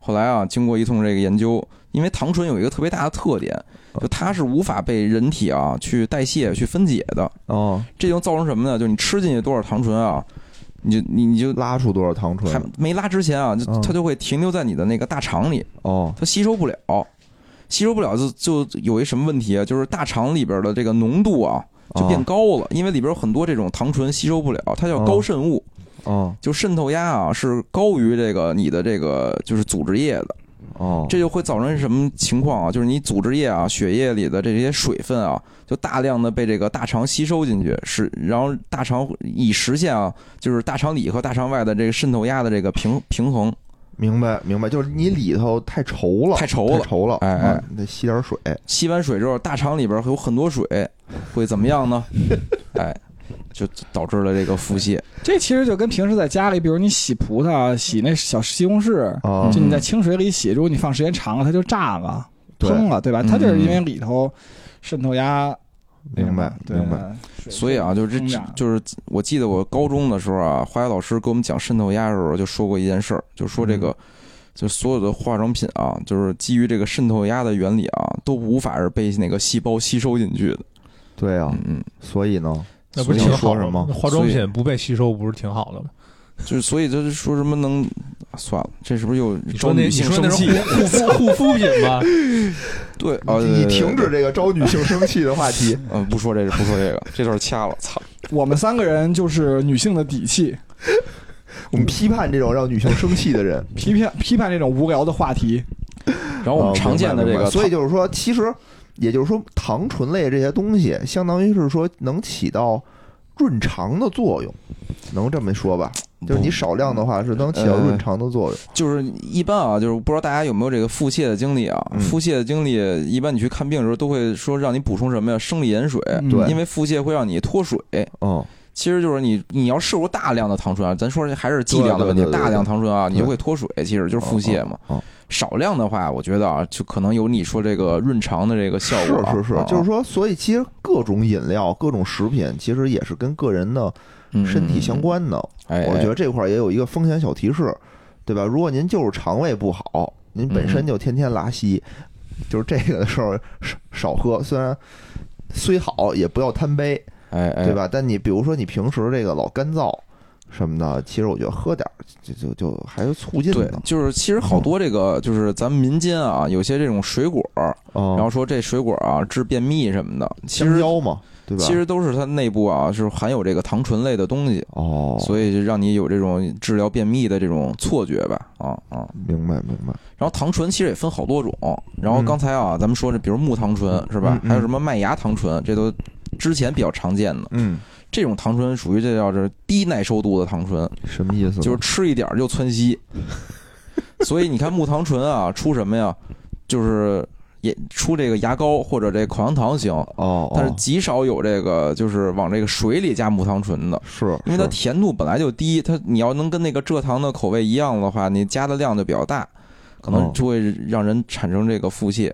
Speaker 2: 后来啊，经过一通这个研究，因为糖醇有一个特别大的特点，就它是无法被人体啊去代谢、去分解的，
Speaker 1: 哦，
Speaker 2: 这就造成什么呢？就是你吃进去多少糖醇啊，你就你你就
Speaker 1: 拉出多少糖
Speaker 2: 还
Speaker 1: 醇？
Speaker 2: 没拉之前啊，就
Speaker 1: 嗯
Speaker 2: 它就会停留在你的那个大肠里，
Speaker 1: 哦，
Speaker 2: 它吸收不了，吸收不了就就有一什么问题啊？就是大肠里边的这个浓度啊
Speaker 1: 哦
Speaker 2: 就变高了，因为里边有很多这种糖醇吸收不了，它叫高渗物，
Speaker 1: 哦
Speaker 2: 啊就渗透压啊是高于这个你的这个就是组织液的，
Speaker 1: 哦哦，
Speaker 2: 这就会造成什么情况啊？就是你组织液啊、血液里的这些水分啊，就大量的被这个大肠吸收进去，使然后大肠以实现啊，就是大肠里和大肠外的这个渗透压的这个平平衡。
Speaker 1: 明白明白，就是你里头太稠了，
Speaker 2: 太
Speaker 1: 太
Speaker 2: 稠了
Speaker 1: 稠了，
Speaker 2: 哎哎
Speaker 1: 嗯你得吸点水。
Speaker 2: 吸完水之后，大肠里边会有很多水，会怎么样 [laughs] 呢？哎，就导致了这个腹泻。
Speaker 3: 这其实就跟平时在家里，比如你洗葡萄、啊洗那小西红柿，
Speaker 2: 哦嗯
Speaker 1: 啊
Speaker 3: 就你在清水里洗，如果你放时间长了，它就炸了、
Speaker 1: 对
Speaker 3: 烹了，对吧？
Speaker 2: 嗯
Speaker 3: 它就是因为里头渗透压那个
Speaker 1: 明
Speaker 3: 嘛，
Speaker 1: 白
Speaker 3: 对
Speaker 1: 明白。
Speaker 2: 所以啊，就是
Speaker 3: 冲
Speaker 2: 这
Speaker 3: 着，
Speaker 2: 就是我记得我高中的时候啊，化学老师给我们讲渗透压的时候就说过一件事儿，就说这个，就所有的化妆品啊，就是基于这个渗透压的原理啊，都无法是被那个细胞吸收进去的。
Speaker 1: 对啊，
Speaker 2: 嗯嗯，
Speaker 1: 所以呢，
Speaker 4: 那不是
Speaker 1: 所以
Speaker 4: 挺
Speaker 1: 你
Speaker 4: 好
Speaker 1: 说
Speaker 4: 的
Speaker 1: 什
Speaker 4: 吗
Speaker 1: 么？
Speaker 4: 化
Speaker 2: 所
Speaker 4: 妆品不被吸收不是挺好的吗？
Speaker 2: 就是所以就是说什么能啊算了，这是不是又
Speaker 4: 你
Speaker 2: 招
Speaker 4: 说那
Speaker 2: 女
Speaker 4: 你
Speaker 2: 性
Speaker 4: 说
Speaker 2: 生
Speaker 4: 那
Speaker 2: 气
Speaker 4: 是？护肤护肤品吧？
Speaker 2: 对啊，
Speaker 1: 你你停止这个招女性生气的话
Speaker 2: [laughs]
Speaker 1: 题。
Speaker 2: 嗯，不说这个，不说这个，这段掐了，操！
Speaker 3: 我们三个人就是女性的底气，
Speaker 1: 我们批判这种让女性生气的
Speaker 2: [laughs]
Speaker 1: 人，
Speaker 2: 嗯
Speaker 3: 批判批判这种无聊的话题。
Speaker 2: 然后我们常见的
Speaker 1: 哦
Speaker 2: 这
Speaker 1: 明白明
Speaker 2: 个，
Speaker 1: 白所以就是说，其实也就是说，糖醇类这些东西，相当于是说能起到润肠的作用，能这么说吧？就是你少量的话是能起到润肠的作用。
Speaker 2: 就是一般啊，就是不知道大家有没有这个腹泻的经历啊？
Speaker 1: 嗯
Speaker 2: 腹泻的经历，一般你去看病的时候都会说让你补充什么呀？生理盐水，
Speaker 3: 嗯对
Speaker 2: 因为腹泻会让你脱水。
Speaker 1: 嗯，
Speaker 2: 其实就是你你要摄入大量的糖醇啊，咱说这还是剂量的问题，
Speaker 1: 对对对对对
Speaker 2: 大量糖醇啊，
Speaker 1: 对
Speaker 2: 你就会脱水，其实就是腹泻嘛。
Speaker 1: 哦哦哦
Speaker 2: 少量的话，我觉得啊，就可能有你说这个润肠的这个效果啊、
Speaker 1: 是是是
Speaker 2: 啊，
Speaker 1: 就是说，所以其实各种饮料、各种食品，其实也是跟个人的身体相。
Speaker 2: 嗯嗯
Speaker 1: 关的。
Speaker 2: 哎，
Speaker 1: 我
Speaker 2: 哎
Speaker 1: 觉得这块儿也有一个风险小提示，对吧？如果您就是肠胃不好，您本
Speaker 2: 嗯
Speaker 1: 身就天天拉稀，就是这个的时候少少喝，虽然虽好也不要贪杯，
Speaker 2: 哎哎，
Speaker 1: 对？吧？但你比如说你平时这个老干燥什么的，其实我觉得喝点儿就就就还是促进
Speaker 2: 对
Speaker 1: 的，
Speaker 2: 就是其实好多这个就是咱们民间啊，有些这种水果，然
Speaker 1: 哦
Speaker 2: 后，说这水果啊治便秘什么的，其
Speaker 1: 香
Speaker 2: 实
Speaker 1: 蕉嘛，对吧？
Speaker 2: 其实都是它内部啊是含有这个糖醇类的东西，
Speaker 1: 哦，
Speaker 2: 所以就让你有这种治疗便秘的这种错觉吧，啊啊。
Speaker 1: 明白明白，
Speaker 2: 然后糖醇其实也分好多种，然后
Speaker 1: 嗯
Speaker 2: 刚才啊咱们说这比如木糖醇是吧
Speaker 1: 嗯，嗯
Speaker 2: 还有什么麦芽糖醇，这都之前比较常见的。
Speaker 1: 嗯，
Speaker 2: 这种糖醇属于这叫是低耐受度的糖醇，
Speaker 1: 什么意思呢？
Speaker 2: 就是吃一点儿就窜
Speaker 1: [laughs]
Speaker 2: 稀。所以你看木糖醇啊出什么呀？就是也出这个牙膏或者这口香糖行，
Speaker 1: 哦，
Speaker 2: 但是
Speaker 1: 哦
Speaker 2: 极少有这个就是往这个水里加木糖醇的，
Speaker 1: 是
Speaker 2: 因为它
Speaker 1: 是
Speaker 2: 甜度本来就低，它你要能跟那个蔗糖的口味一样的话，你加的量就比较大，可能
Speaker 1: 哦
Speaker 2: 就会让人产生这个腹泻。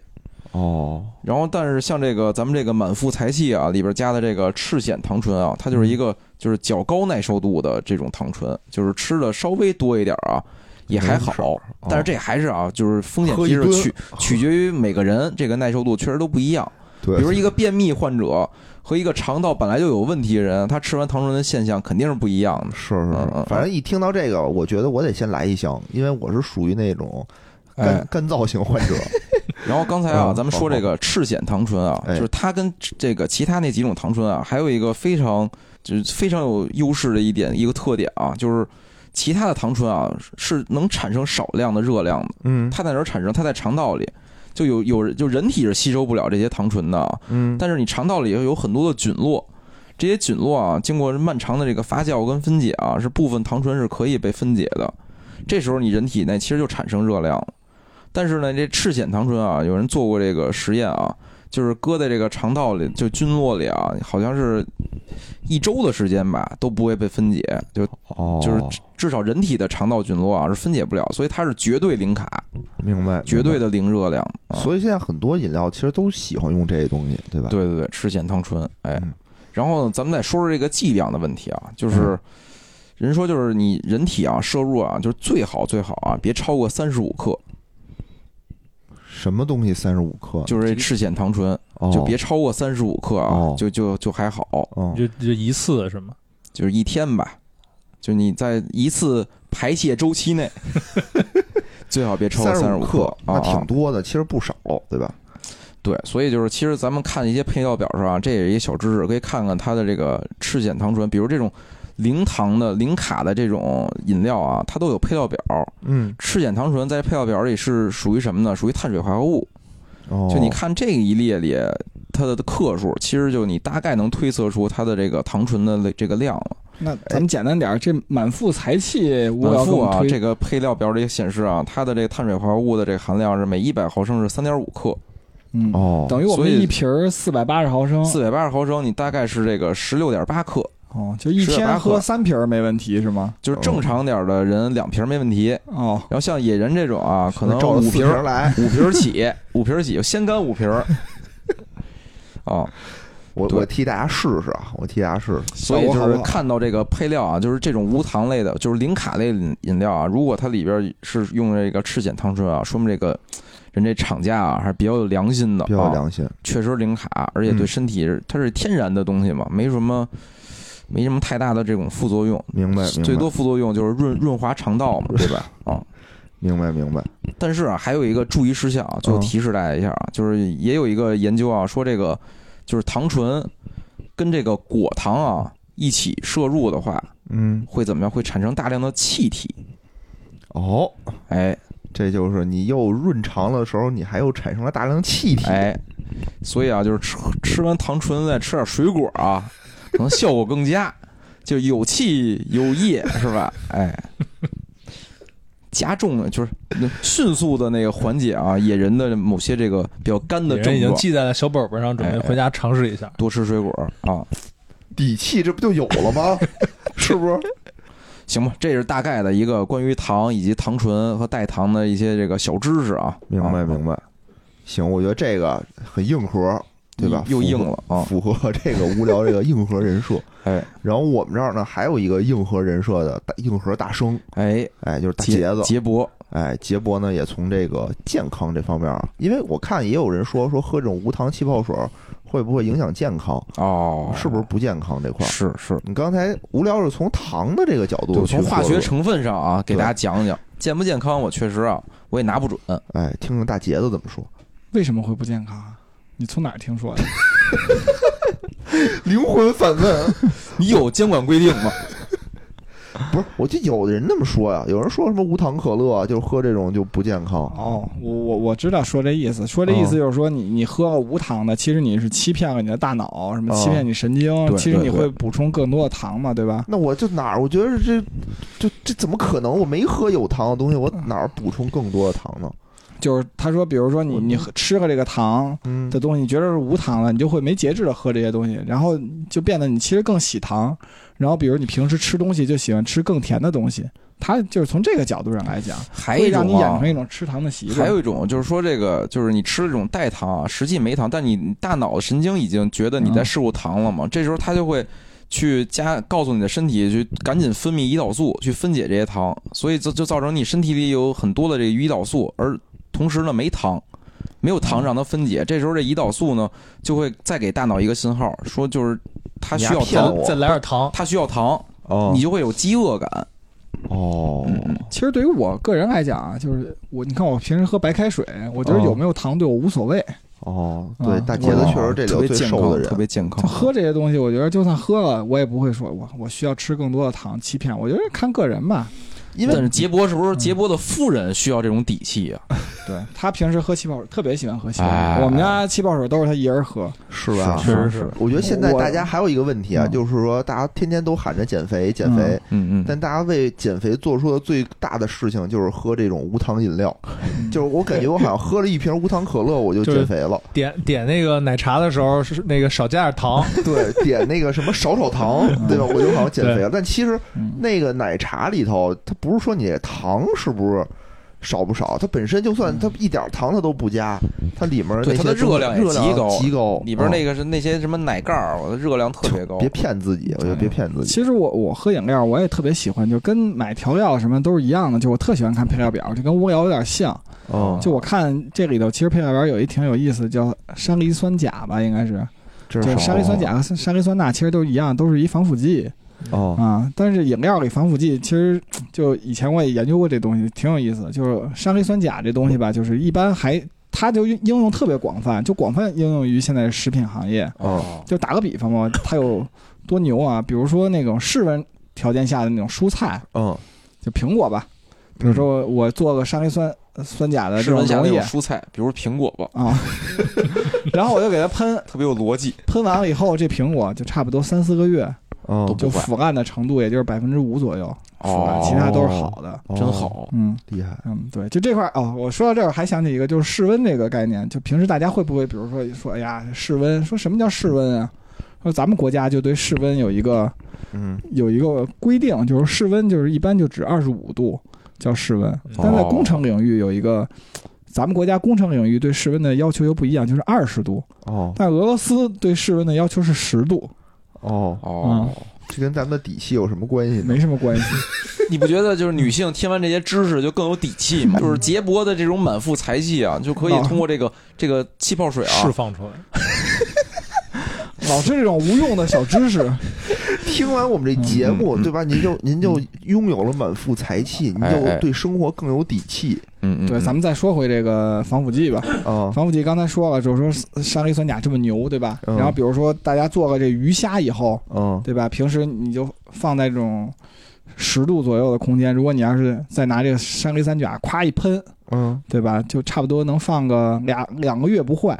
Speaker 1: 哦，
Speaker 2: 然后，但是像这个咱们这个满腹才气啊，里边加的这个赤藓糖醇啊，它
Speaker 1: 嗯
Speaker 2: 就是一个就是较高耐受度的这种糖醇，就是吃的稍微多一点啊，也还
Speaker 1: 没事
Speaker 2: 好
Speaker 1: 儿。
Speaker 2: 但是这还是啊，就是风险
Speaker 1: 哦喝
Speaker 2: 其
Speaker 1: 一
Speaker 2: 实
Speaker 1: 吨
Speaker 2: 取取决于每个人这个耐受度确实都不一样。
Speaker 1: 对，
Speaker 2: 比如一个便秘患者和一个肠道本来就有问题的人，他吃完糖醇的现象肯定是不一样的。
Speaker 1: 是是
Speaker 2: 嗯嗯
Speaker 1: 是，反正一听到这个，我觉得我得先来一箱，因为我是属于那种干、
Speaker 2: 哎，
Speaker 1: 干燥型患
Speaker 2: [laughs]
Speaker 1: 者。
Speaker 2: 然后刚才啊，
Speaker 1: 嗯
Speaker 2: 咱们说这个赤藓糖醇啊，
Speaker 1: 哎
Speaker 2: 就是它跟这个其他那几种糖醇啊，还有一个非常就是非常有优势的一点一个特点啊，就是其他的糖醇啊是能产生少量的热量的，
Speaker 1: 嗯
Speaker 2: 它在哪儿产生？它在肠道里。就有有就人体是吸收不了这些糖醇的啊，
Speaker 1: 嗯，
Speaker 2: 但是你肠道里有很多的菌落，这些菌落啊，经过漫长的这个发酵跟分解啊，是部分糖醇是可以被分解的。这时候你人体内其实就产生热量了。但是呢，这赤藓糖醇啊，有人做过这个实验啊，就是搁在这个肠道里，就菌落里啊，好像是一周的时间吧，都不会被分解，就
Speaker 1: 哦
Speaker 2: 就是至少人体的肠道菌落啊是分解不了，所以它是绝对零卡，
Speaker 1: 明白，
Speaker 2: 绝对
Speaker 1: 的。
Speaker 2: 的零热量。啊、
Speaker 1: 所以现在很多饮料其实都喜欢用这些东西，对吧？，
Speaker 2: 对对对，吃减糖醇，哎
Speaker 1: 嗯，
Speaker 2: 然后呢，咱们再说说这个剂量的问题啊，就是人说就是你人体啊摄入啊，就是最好最好啊，别超过三十五克，
Speaker 1: 哦什么东西三十五克，
Speaker 2: 就是这赤藓糖醇
Speaker 1: 哦
Speaker 2: 就别超过三十五克啊
Speaker 1: 哦，
Speaker 2: 就就就还好，
Speaker 1: 哦
Speaker 4: 就就一次是吗？
Speaker 2: 就是一天吧，就你在一次排泄周
Speaker 1: [laughs]
Speaker 2: 期内，最好别超过
Speaker 1: 三
Speaker 2: 三十
Speaker 1: 五
Speaker 2: 克
Speaker 1: 克，
Speaker 2: 啊
Speaker 1: 那
Speaker 2: 啊
Speaker 1: 挺。多的，其实不少，对吧？
Speaker 2: 对，所以就是其实咱们看一些配料表上啊，这也是一小知识，可以看看它的这个赤藓糖醇，比如这种零糖的、零卡的这种饮料啊，它都有配料表。
Speaker 1: 嗯，
Speaker 2: 赤藓糖醇在配料表里是属于什么呢？属于碳水化合物。
Speaker 1: 哦
Speaker 2: 就你看这一列里它的克数，其实就你大概能推测出它的这个糖醇的类这个量了。
Speaker 3: 那咱们简单点儿，这满腹才气，我
Speaker 2: 满
Speaker 3: 要给
Speaker 2: 腹
Speaker 3: 我们
Speaker 2: 啊，
Speaker 3: 推
Speaker 2: 这个配料表里显示啊，它的这个碳水化合物的这个含量是每一百毫升是三点五克，
Speaker 3: 嗯，
Speaker 1: 哦，
Speaker 3: 等于我
Speaker 2: 所
Speaker 3: 们
Speaker 2: 以
Speaker 3: 一瓶儿四百八十毫升，
Speaker 2: 四百八十毫升，你大概是这个十六点八克，
Speaker 3: 哦，就一
Speaker 2: 480
Speaker 3: 天喝三瓶儿没问题是吗？
Speaker 2: 就是正
Speaker 1: 哦
Speaker 2: 常点儿的人两瓶儿没问题。
Speaker 3: 哦，
Speaker 2: 然后像野人这种啊，可能
Speaker 1: 照着
Speaker 2: 五
Speaker 1: 四
Speaker 2: 瓶
Speaker 1: 瓶
Speaker 2: 儿
Speaker 1: 儿来，
Speaker 2: 五瓶儿起，五瓶儿起，先干五瓶儿。啊，
Speaker 1: 我
Speaker 2: 对
Speaker 1: 我替大家试试啊，我替大家试试。
Speaker 2: 所以
Speaker 3: 效果
Speaker 2: 就
Speaker 3: 好不
Speaker 2: 是
Speaker 3: 好
Speaker 2: 看到这个配料啊，就是这种无糖类的，就是零卡类饮饮料啊，如果它里边是用这个赤藓糖醇啊，说明这个人这厂家啊还是比较有良心的，啊
Speaker 1: 比较有良嗯心，
Speaker 2: 确实零卡，而且对身体是、它是天然的东西嘛，没什么没什么太大的这种副作用，
Speaker 1: 明白，明
Speaker 2: 最
Speaker 1: 白，
Speaker 2: 多副作用就是润润滑肠道嘛，对吧？啊、
Speaker 1: 明白，明白。
Speaker 2: 但是啊，还有一个注意事项啊，
Speaker 4: 嗯
Speaker 2: 最后提示大家一下啊，就是也有一个研究啊，说这个就是糖醇跟这个果糖啊一起摄入的话，
Speaker 1: 嗯，
Speaker 2: 会怎么样？会产生大量的气体。
Speaker 1: 哦，
Speaker 2: 哎
Speaker 1: 这就是你又润肠的时候，你还又产生了大量的气体。
Speaker 2: 哎，所以啊，就是吃吃完糖醇再吃点水果啊，可能效果更佳， [laughs] 就有气有液是吧？哎，加重了就是迅速的那个缓解啊野人的某些这个比较干的
Speaker 4: 野人
Speaker 2: 症
Speaker 4: 已经
Speaker 2: 状。
Speaker 4: 记在了小本本上，准备回家尝试一下。
Speaker 2: 多吃水果啊，
Speaker 1: 底气这不就有了吗？ [laughs] 是
Speaker 2: [laughs]
Speaker 1: 不是？
Speaker 2: 行吧，这是大概的一个关于糖以及糖醇和代糖的一些这个小知识啊。
Speaker 1: 明白，
Speaker 2: 啊
Speaker 1: 明白。行，我觉得这个很硬核，对吧？嗯
Speaker 2: 又
Speaker 1: 符合
Speaker 2: 硬
Speaker 1: [laughs]
Speaker 2: 了啊
Speaker 1: 符合这个无聊这个硬核人设。
Speaker 2: [laughs] 哎
Speaker 1: 然后我们这儿呢，还有一个硬核人设的大硬核大生，
Speaker 2: 哎，
Speaker 1: 哎，就是大杰子。
Speaker 2: 杰博，
Speaker 1: 哎，杰博呢也从这个健康这方面啊，因为我看也有人说说喝这种无糖气泡水会不会影响健康，
Speaker 2: 哦，
Speaker 1: 是不是不健康这块儿？
Speaker 2: 是是，
Speaker 1: 你刚才无聊是从糖的这个角
Speaker 2: 对，
Speaker 1: 度去
Speaker 2: 从化
Speaker 1: 说
Speaker 2: 学
Speaker 1: 的
Speaker 2: 成分上啊，给
Speaker 1: 对
Speaker 2: 大家讲讲健不健康，我确实啊，我也拿不准。
Speaker 1: 哎，听听大杰子怎么说，
Speaker 3: 为什么会不健康啊？你从哪儿
Speaker 2: [laughs]
Speaker 3: 听说的？
Speaker 1: 灵魂反问。
Speaker 2: 你有监管规定吗？
Speaker 1: [laughs] 不是，我就有的人那么说呀、有人说什么无糖可乐啊，就是喝这种就不健康。
Speaker 3: 哦，我我我知道，说这意思，说这意思就是说你，你喝个无糖的，其实你是欺骗了你的大脑，什么
Speaker 1: 哦
Speaker 3: 欺骗你神经，
Speaker 2: 对
Speaker 3: 其实
Speaker 2: 对
Speaker 3: 你
Speaker 2: 对
Speaker 3: 会补充更多的糖嘛，对吧？
Speaker 1: 那我就哪儿？我觉得这，就这怎么可能？我没喝有糖的东西，我哪儿补充更多的糖呢？
Speaker 3: 就是他说，比如说你你喝吃了这个糖
Speaker 1: 嗯
Speaker 3: 的东西，你觉得是无糖的，你就会没节制的喝这些东西，然后就变得你其实更喜糖，然后比如你平时吃东西就喜欢吃更甜的东西，他就是从这个角度上来讲，
Speaker 2: 还有
Speaker 3: 会
Speaker 2: 一
Speaker 3: 让你
Speaker 2: 种
Speaker 3: 养
Speaker 2: 啊
Speaker 3: 成，一种吃糖的习惯。
Speaker 2: 还有一种就是说这个，就是你吃这种代糖啊，实际没糖，但你大脑神经已经觉得你在
Speaker 3: 嗯
Speaker 2: 摄入糖了嘛，这时候它就会。去加告诉你的身体去赶紧分泌胰岛素，去分解这些糖，所以就就造成你身体里有很多的这个胰岛素，而同时呢没糖，没有糖让它分解，这时候这胰岛素呢就会再给大脑一个信号，说就是它需要
Speaker 1: 你还骗
Speaker 2: 糖
Speaker 1: 我，
Speaker 4: 再来点糖，
Speaker 2: 它需要糖，
Speaker 1: 哦
Speaker 2: 你就会有饥饿感。
Speaker 1: 哦，
Speaker 2: 嗯
Speaker 3: 其实对于我个人来讲啊，就是我，你看我平时喝白开水，我觉得
Speaker 1: 哦
Speaker 3: 有没有糖对我无所谓。
Speaker 2: 嗯
Speaker 1: 哦，
Speaker 3: 啊
Speaker 1: 对，大杰子确实这里
Speaker 2: 特
Speaker 1: 有
Speaker 2: 别
Speaker 1: 最
Speaker 2: 健
Speaker 1: 瘦的
Speaker 2: 康，特
Speaker 1: 人，
Speaker 2: 别健康。
Speaker 3: 他喝这些东西，我觉得就算喝了，我也不会说我我需要吃更多的糖欺骗。我觉得看个人吧。
Speaker 1: 因
Speaker 2: 但
Speaker 1: 为
Speaker 2: 是杰波是不是杰波的夫人需要这种底气啊？
Speaker 3: 对他平时喝气泡水，特别喜欢喝气泡水。
Speaker 2: 哎
Speaker 3: 我们家气泡水都是他一人喝。
Speaker 1: 是吧？
Speaker 4: 确实
Speaker 2: 是
Speaker 4: 是。
Speaker 1: 我觉得现在
Speaker 3: 我
Speaker 1: 大家还有一个问题啊，
Speaker 3: 嗯
Speaker 1: 就是说大家天天都喊着减肥减肥，
Speaker 2: 嗯嗯，
Speaker 1: 但大家为减肥做出的最大的事情就是喝这种无糖饮料，就是我感觉我好像喝了一瓶无糖可乐我就
Speaker 4: 就是
Speaker 1: 减肥了。
Speaker 4: 点点那个奶茶的时候是那个少加点糖，
Speaker 1: 对，点那个什么少少糖，对吧？我就好像减肥了。但其实
Speaker 3: 嗯
Speaker 1: 那个奶茶里头，它不是说你糖是不是少不少，它本身就算它一点糖它都不加，它里面
Speaker 2: 对
Speaker 1: 那些
Speaker 2: 它的热量也
Speaker 1: 热量
Speaker 2: 极高
Speaker 1: 极高，
Speaker 2: 里边那
Speaker 1: 个
Speaker 2: 个是那些什么奶盖儿，我的热量特别高。哦
Speaker 1: 别骗自己，我觉得别骗自己。
Speaker 3: 其实我我喝饮料，我也特别喜欢，就跟买调料什么都是一样的。就我特喜欢看配料表，就跟无聊有点像。
Speaker 1: 哦，
Speaker 3: 就我看这里头，其实配料表有一挺有意思，叫山梨酸钾吧，应该是。
Speaker 1: 这哦
Speaker 3: 就是是
Speaker 1: 啥
Speaker 3: 山梨酸钾和山梨酸钠其实都一样，都是一防腐剂
Speaker 1: 哦，
Speaker 3: 啊。但是饮料里防腐剂其实就以前我也研究过这东西，挺有意思的。就是山梨酸钾这东西吧，就是一般还它就应用特别广泛，就广泛应用于现在食品行业。
Speaker 2: 哦
Speaker 3: 就打个比方嘛，它有多牛啊？比如说那种室温条件下的那种蔬菜，
Speaker 1: 嗯，
Speaker 3: 就苹果吧。比如说
Speaker 2: 嗯
Speaker 3: 我做个上黑酸呃酸钾的这
Speaker 2: 吃
Speaker 3: 种
Speaker 2: 文下
Speaker 3: 溶
Speaker 2: 那
Speaker 3: 液
Speaker 2: 种蔬菜，比如苹果吧，
Speaker 3: 啊，然后我就给它喷， [laughs]
Speaker 2: 特别有逻辑，
Speaker 3: 喷完了以后，这苹果就差不多三四个月
Speaker 1: 嗯
Speaker 2: 都
Speaker 3: 就
Speaker 2: 不坏
Speaker 3: 腐烂的程度，也就是百分之五左右腐
Speaker 2: 哦
Speaker 3: 烂，其他都是好的。
Speaker 2: 真，好。
Speaker 3: 嗯
Speaker 1: 哦厉害，
Speaker 3: 嗯，对，就这块儿哦，我说到这儿还想起一个，就是室温这个概念。就平时大家会不会，比如说说，哎呀，室温，说什么叫室温啊？说咱们国家就对室温有一个
Speaker 1: 嗯，
Speaker 3: 有一个规定，就是室温就是一般就指二十五度叫室温，但是在
Speaker 2: 哦
Speaker 3: 工程领域有一个，咱们国家工程领域对室温的要求又不一样，就是二十度，
Speaker 1: 哦
Speaker 3: 但俄罗斯对室温的要求是十度，
Speaker 1: 哦，
Speaker 2: 哦，
Speaker 1: 这跟咱们的底气有什么关系呢？
Speaker 3: 没什么关系。
Speaker 2: 你不觉得就是女性听完这些知识就更有底气吗？就是杰博的这种满腹才气啊，就可以
Speaker 3: 哦
Speaker 2: 通过这个这个气泡水
Speaker 4: 释
Speaker 2: 啊，
Speaker 4: 放出来。 [laughs]
Speaker 3: 老是这种无用的小知识，
Speaker 1: [laughs] 听完我们这节目，
Speaker 2: 嗯嗯
Speaker 1: 对吧？您就您就拥有了满腹才气，您
Speaker 2: 哎哎
Speaker 1: 就对生活更有底气
Speaker 2: 嗯嗯，
Speaker 3: 对，咱
Speaker 2: 们
Speaker 3: 们再说回这个防腐剂吧。
Speaker 1: 啊！
Speaker 3: 防腐剂刚才说了，就是说山梨酸钾这么牛，对吧？
Speaker 1: 嗯
Speaker 3: 然后比如说大家做个这鱼虾以后，
Speaker 1: 嗯
Speaker 3: 对吧？平时你就放在这种十度左右的空间，如果你要是再拿这个山梨酸钾夸一喷，
Speaker 1: 嗯
Speaker 3: 对吧？就差不多能放个两两个月不坏。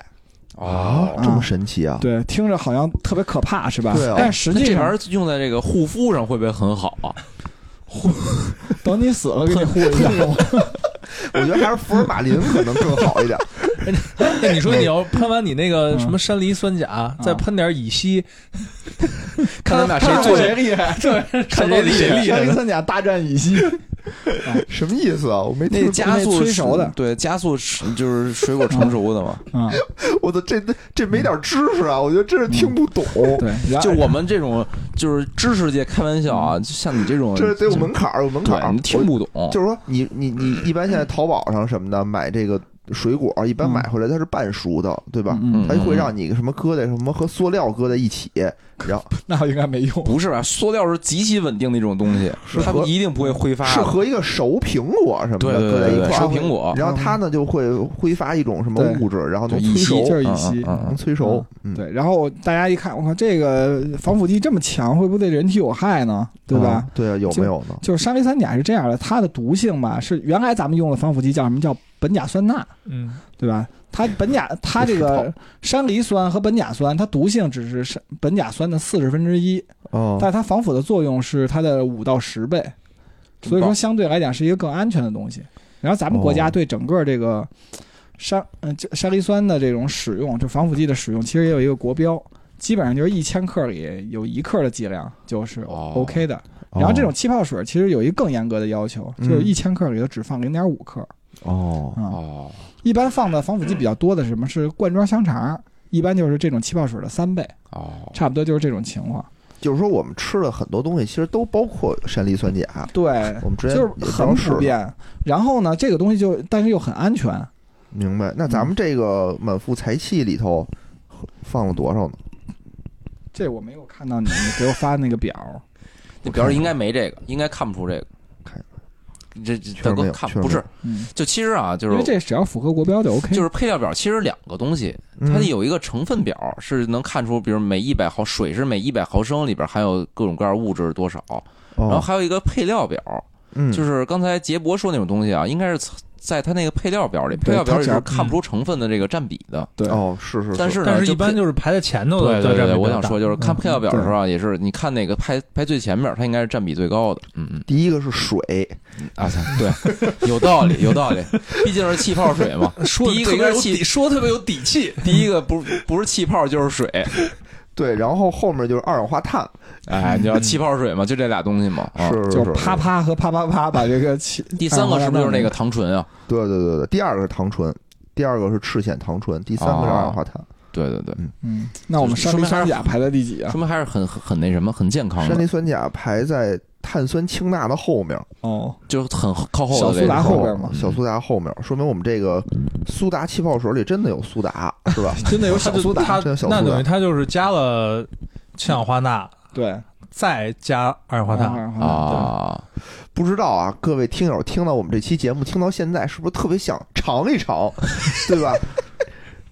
Speaker 2: 哦，
Speaker 1: 这么神奇啊！
Speaker 3: 对，听着好像特别可怕，是吧？
Speaker 1: 对啊
Speaker 3: 但实
Speaker 2: 那
Speaker 3: 际
Speaker 2: 这玩意
Speaker 3: [laughs] 上
Speaker 2: 儿用在这个护肤上会不会很好啊？
Speaker 3: 等你死了给你护一下。
Speaker 1: 我觉得还是福尔马林可能更好一
Speaker 2: [laughs]
Speaker 1: 点。
Speaker 4: 那你说你要喷完你那个
Speaker 3: 嗯
Speaker 4: 什么山梨酸钾，再喷点乙烯，
Speaker 2: 看咱们俩
Speaker 3: 看
Speaker 2: 谁做
Speaker 3: 谁厉害？
Speaker 4: 这 [laughs] 看谁厉害。
Speaker 3: 山梨酸钾大战乙烯，
Speaker 1: 什么意思啊？我没
Speaker 2: [laughs] 那
Speaker 1: 听
Speaker 3: 家
Speaker 1: 说，
Speaker 2: 加速
Speaker 3: 那催熟的
Speaker 2: 对，加速是就是水果成熟的嘛。
Speaker 3: 嗯，
Speaker 1: 我的这这没点知识啊！我觉得真是听不懂，
Speaker 2: 嗯
Speaker 3: 嗯对， [laughs]
Speaker 2: [laughs]
Speaker 3: 然后
Speaker 2: 就我们这种就是知识界开玩笑啊，就像你这种，
Speaker 1: 嗯这得有门槛儿，有门槛
Speaker 2: 对，
Speaker 1: 儿
Speaker 2: 你，听不懂，
Speaker 1: 就是说你你你一般现在淘宝上什么的买这个水果，一般
Speaker 3: 嗯
Speaker 1: 买回来它是半熟的，对吧？
Speaker 3: 嗯，
Speaker 1: 它
Speaker 2: 嗯
Speaker 1: 会让你什么搁在什么和塑料搁在一起，然后
Speaker 3: 那应该没用。
Speaker 2: 不是吧？塑料是极其稳定的一种东西，它
Speaker 1: 和
Speaker 2: 一定不会挥发的。
Speaker 1: 是和一个熟苹果什么
Speaker 2: 对
Speaker 1: 的
Speaker 2: 对
Speaker 1: 搁在
Speaker 2: 对
Speaker 1: 一
Speaker 2: 对，
Speaker 1: 块
Speaker 2: 熟
Speaker 1: 儿，
Speaker 2: 苹果，
Speaker 1: 然后它呢就会挥发一种什么
Speaker 3: 对
Speaker 1: 物质，然后
Speaker 2: 对
Speaker 1: 能
Speaker 2: 乙
Speaker 1: 催
Speaker 2: 烯
Speaker 1: 熟
Speaker 3: 就，是乙烯
Speaker 2: 嗯嗯嗯
Speaker 1: 能催熟。嗯，
Speaker 3: 对，然后大家一看，我靠，这个防腐剂这么强，会不会对人体有害呢？对吧？
Speaker 1: 啊？对啊，有没有呢？
Speaker 3: 就是山梨酸钾是这样的，它的毒性吧，是原来咱们用的防腐剂叫什么叫苯甲酸钠，
Speaker 4: 嗯，
Speaker 3: 对吧？它苯甲，它
Speaker 1: [laughs]
Speaker 3: 这
Speaker 1: 不知
Speaker 3: 个山梨酸和苯甲酸，它毒性只是山苯甲酸的四十分之一，
Speaker 1: 哦
Speaker 3: 但是它防腐的作用是它的五到十倍，所以说相对来讲是一个更安全的东西。然后咱们国家
Speaker 1: 哦
Speaker 3: 对整个这个山嗯这山梨酸的这种使用，就防腐剂的使用，其实也有一个国标，基本上就是一千克里有一克的剂量就是
Speaker 2: 哦
Speaker 3: OK 的。然后这种气泡水其实有一个更严格的要求，
Speaker 1: 嗯
Speaker 3: 就是一千克里头只放零点五克
Speaker 1: 哦
Speaker 3: 啊、
Speaker 2: 哦，
Speaker 3: 一般放的防腐剂比较多的是什么是罐装香肠，一般就是这种气泡水的三倍，
Speaker 2: 哦，
Speaker 3: 差不多就是这种情况。
Speaker 1: 就是说我们吃的很多东西其实都包括山梨酸钾，
Speaker 3: 对，
Speaker 1: 我们之前
Speaker 3: 就是
Speaker 1: 也
Speaker 3: 很
Speaker 1: 当时
Speaker 3: 普遍。然后呢，这个东西就但是又很安全，
Speaker 1: 明白。那
Speaker 3: 嗯
Speaker 1: 咱们这个满腹才气里头放了多少呢？
Speaker 3: 这我没有看到你 [laughs] 们给我发那个表，
Speaker 2: 那表示应该没这个，应该看不出这个
Speaker 1: 看。
Speaker 2: 这这
Speaker 1: 确实
Speaker 2: 大
Speaker 1: 没
Speaker 2: 哥
Speaker 1: 有
Speaker 2: 看
Speaker 1: 确实
Speaker 2: 不
Speaker 1: 没有
Speaker 2: 是，
Speaker 3: 嗯，
Speaker 2: 就其实啊，就
Speaker 3: 因为
Speaker 2: 是
Speaker 3: 这只要符合国标就 OK。
Speaker 2: 就是配料表，其实两个东西，它
Speaker 1: 嗯
Speaker 2: 有一个成分表是能看出，比如每一百毫水是每一百毫升里边含有各种各样物质多少，然后
Speaker 1: 哦，
Speaker 2: 还有一个配料表，
Speaker 1: 嗯，
Speaker 2: 就是刚才杰博说那种东西啊，应该是在它那个配料表里，
Speaker 3: 对
Speaker 2: 配料表里
Speaker 3: 它
Speaker 2: 是
Speaker 3: 讲
Speaker 2: 看不出成分的这个占比的。
Speaker 3: 对，
Speaker 1: 哦，是是，
Speaker 2: 但是呢，
Speaker 4: 但是
Speaker 2: 就
Speaker 4: 一般
Speaker 2: 配
Speaker 4: 就是排在前头
Speaker 2: 对
Speaker 4: 的。
Speaker 2: 对
Speaker 4: 占比
Speaker 2: 对，我
Speaker 4: 较
Speaker 2: 想
Speaker 4: 大
Speaker 2: 说就是看
Speaker 4: 嗯
Speaker 2: 配料表的时候啊，也是你看那个排排最前面，它应该是占比最高的。嗯嗯
Speaker 1: 第一个是水，
Speaker 2: 啊，对，有道理有道理，毕竟是气泡水嘛。 [laughs]
Speaker 4: 说得
Speaker 2: 第一个
Speaker 4: 特别
Speaker 2: 应该是
Speaker 4: 有
Speaker 2: 气
Speaker 4: 底，说得特别有底气。
Speaker 2: 第一个不不是气泡就是水，
Speaker 1: 对，然后后面就是二氧化碳，
Speaker 2: 哎，你知道气泡水嘛，就这俩东西嘛。啊，
Speaker 1: 是
Speaker 3: 就是
Speaker 1: 是
Speaker 3: 啪，啪和啪啪啪把这个气。
Speaker 2: 第三
Speaker 3: [laughs]
Speaker 2: 个是不是就是那个糖醇啊？
Speaker 1: 是对对对对，第二个是糖醇。第二个是赤藓糖醇，第三个是
Speaker 3: 啊
Speaker 1: 二氧化碳。
Speaker 2: 对对对，
Speaker 3: 嗯，那我们山梨酸钾排在第几啊
Speaker 2: 说？明还是很很很那什么，很健康
Speaker 1: 山
Speaker 2: 的，
Speaker 1: 梨酸钾排在碳酸氢钠的后面，
Speaker 3: 哦，
Speaker 2: 就是很靠后的
Speaker 3: 小苏
Speaker 2: 位置。
Speaker 3: 打后边嘛
Speaker 1: 小苏打后面，说明我们这个苏打气泡水里真的有苏打，是吧？
Speaker 4: 真的有
Speaker 1: 小苏打
Speaker 4: [laughs] 他
Speaker 1: 真的小苏打
Speaker 4: 那等于他就是加了氢氧化钠，
Speaker 3: 对，
Speaker 4: 再加二氧化
Speaker 3: 二
Speaker 4: 碳。
Speaker 3: 氧化碳
Speaker 2: 啊，
Speaker 1: 不知道啊，各位听友听到我们这期节目听到现在，是不是特别想尝一尝，
Speaker 2: [laughs]
Speaker 1: 对吧？